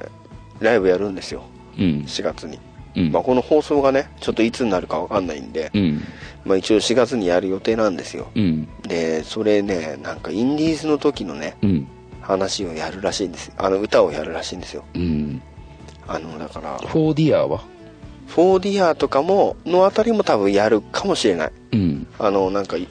S3: ライブやるんですよ。
S4: うん。
S3: 4月に。
S4: うん
S3: まあ、。この放送がねちょっといつになるかわかんないんで、
S4: うん。
S3: まあ、一応4月にやる予定なんですよ
S4: うん。
S3: でそれねなんかインディーズの時のね
S4: うん。
S3: 話をやるらしいんですあの歌をやるらしいんですよ
S4: うん。
S3: あのだから
S4: フォーディアは
S3: フォーディアーとかものあたりも多分やるかもしれない
S4: うん。
S3: あのなんかい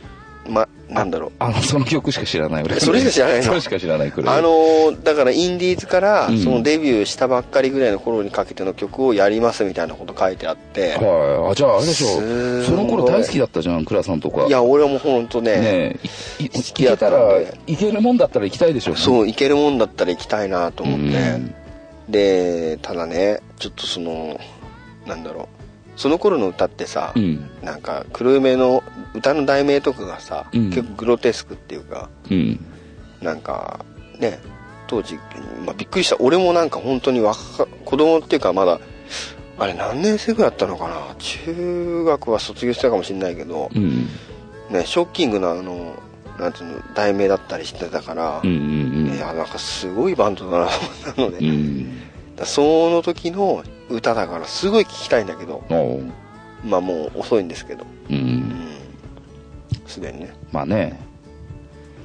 S3: まなんだろう
S4: あの、その曲しか知らない、俺。
S3: それしか知らないの
S4: それしか知らないくらい。
S3: あのーだからインディーズから
S4: うん
S3: そのデビューしたばっかりぐらいの頃にかけての曲をやりますみたいなこと書いてあって
S4: はい。あ、じゃあ、あれでし
S3: す
S4: ょ。
S3: ー
S4: その頃大好きだったじゃん、倉さんとか。
S3: いや俺はもう本当ね
S4: ねえ、いい
S3: 好
S4: 行
S3: きだっ
S4: け
S3: た
S4: た
S3: んで
S4: ら、行けるもんだったら行きたいでしょ。
S3: そう行けるもんだったら行きたいなと思って、
S4: うん
S3: でただねちょっとそのなんだろうその頃の歌ってさ、
S4: うん。
S3: なんか黒夢の歌の題名とかがさ、
S4: うん
S3: 結構グロテスクっていうか
S4: うん。
S3: なんかね当時、まあ、びっくりした俺もなんか本当に若か子供っていうかまだあれ何年生ぐらいだったのかな中学は卒業してたかもしれないけど
S4: う、ん。
S3: ね、ショッキングなあのなんていうの題名だったりしてたから、
S4: うん。うん。
S3: いやなんかすごいバンドだなと思ったので、
S4: う
S3: だか
S4: ん。
S3: らその時の歌だからすごい聞きたいんだけど
S4: おう
S3: まあもう遅いんですけど
S4: う。
S3: うんんすでにね
S4: まあね。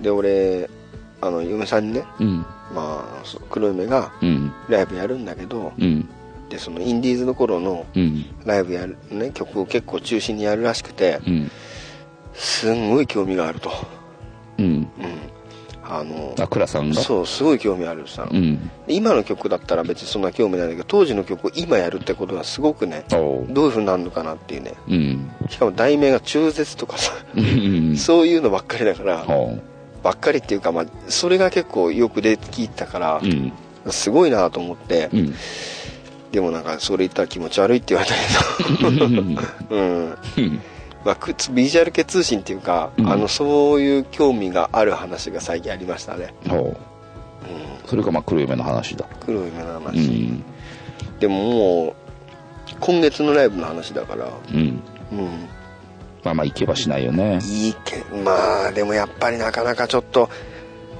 S3: で俺あの嫁さんにね
S4: うん。
S3: まあそ黒嫁が
S4: うん。
S3: ライブやるんだけど
S4: うん。
S3: でそのインディーズの頃の
S4: うん。
S3: ライブやる、ね、曲を結構中心にやるらしくて
S4: うん。
S3: すんごい興味があると
S4: うん。
S3: うんあの
S4: あ、倉さんが
S3: そうすごい興味あるさ、
S4: う。ん。
S3: で今の曲だったら別にそんな興味ないんだけど当時の曲を今やるってことはすごくね
S4: おう。
S3: どういう風になるのかなっていうね
S4: うん。
S3: しかも題名が中絶とかさ
S4: うん。
S3: そういうのばっかりだから
S4: おう。
S3: ばっかりっていうか、まあ、それが結構よく出てきたから
S4: う、ん。
S3: すごいなと思って、
S4: うん。
S3: でもなんかそれ言ったら気持ち悪いって言われ
S4: う
S3: た
S4: ん。うん。
S3: けど、うんまあ、くビジュアル系通信っていうか、
S4: うん
S3: あのそういう興味がある話が最近ありましたね、
S4: おう。
S3: う
S4: それがまあ黒嫁の話だ。
S3: ん、黒い夢の
S4: う
S3: 話、
S4: ん。
S3: でももう今月のライブの話だから、
S4: うん。
S3: うん、
S4: まあまあ行けばしないよね。
S3: いいけまあでもやっぱりなかなかちょっと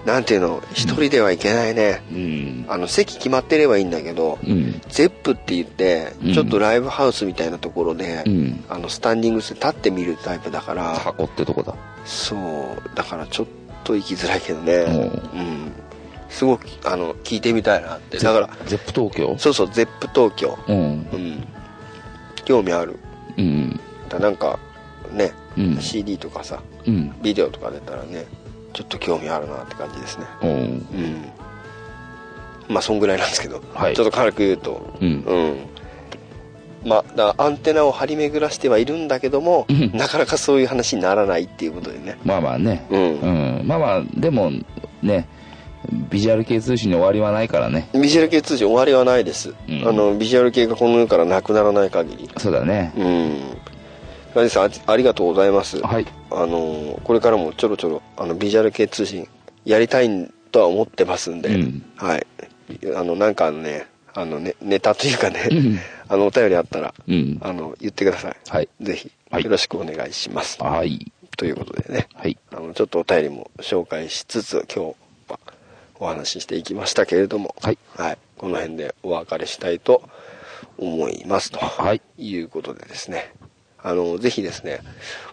S3: なんていうの一人ではいけないね、
S4: うん。
S3: あの席決まってればいいんだけど、
S4: うん。
S3: ゼップって言って
S4: うん
S3: ちょっとライブハウスみたいなところで、
S4: うん。
S3: あのスタンディングして立って見るタイプだから
S4: 箱ってとこだ。
S3: そうだからちょっと行きづらいけどね
S4: おう
S3: うんすごくあの聞いてみたいなってだから
S4: ゼップ東京
S3: そうそうゼップ東京
S4: うん。
S3: うん興味ある
S4: うん。
S3: だなんかね、
S4: うん
S3: CD とかさ
S4: うん。
S3: ビデオとか出たらねちょっと興味あるなって感じですね
S4: おうん。
S3: うんまあそんぐらいなんですけど、
S4: はい
S3: ちょっと軽く言うと
S4: うん
S3: うんまあ、だからアンテナを張り巡らしてはいるんだけども、
S4: うん
S3: なかなかそういう話にならないっていうことでね。
S4: まあまあね。
S3: うん
S4: うん。まあまあ、でも、ね、ビジュアル系通信に終わりはないからね。
S3: ビジュアル系通信終わりはないです、
S4: うん
S3: あのビジュアル系がこの世からなくならない限り
S4: そうだね。
S3: うんラジさんあありがとうございます、
S4: はい。
S3: あのこれからもちょろちょろあのビジュアル系通信やりたいとは思ってますんで、
S4: うん
S3: はいあのなんかねあのねネタというかね、 あのお便りあったら、
S4: うん
S3: あの言ってください、
S4: はい
S3: ぜひ
S4: はい
S3: よろしくお願いします、
S4: はい。
S3: ということでね
S4: はい。
S3: あのちょっとお便りも紹介しつつ今日はお話ししていきましたけれども、
S4: はい
S3: この辺でお別れしたいと思いますと、、
S4: はい
S3: うことでですねあのぜひですね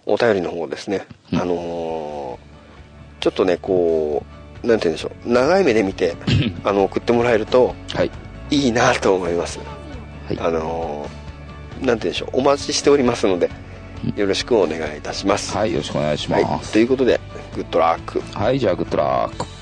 S3: お便りの方ですね、
S4: うん
S3: あのーちょっとねこうなんて言うんでしょう長い目で見 てあの送ってもらえると
S4: はい。
S3: いいなと思います、
S4: はい
S3: あのーなんて言うんでしょうお待ちしておりますので
S4: うん
S3: よろしくお願いいたします、
S4: はい。よろしくお願いしま
S3: はい、
S4: す。
S3: ということでグッドラック
S4: はい。じゃあ、グッドラック。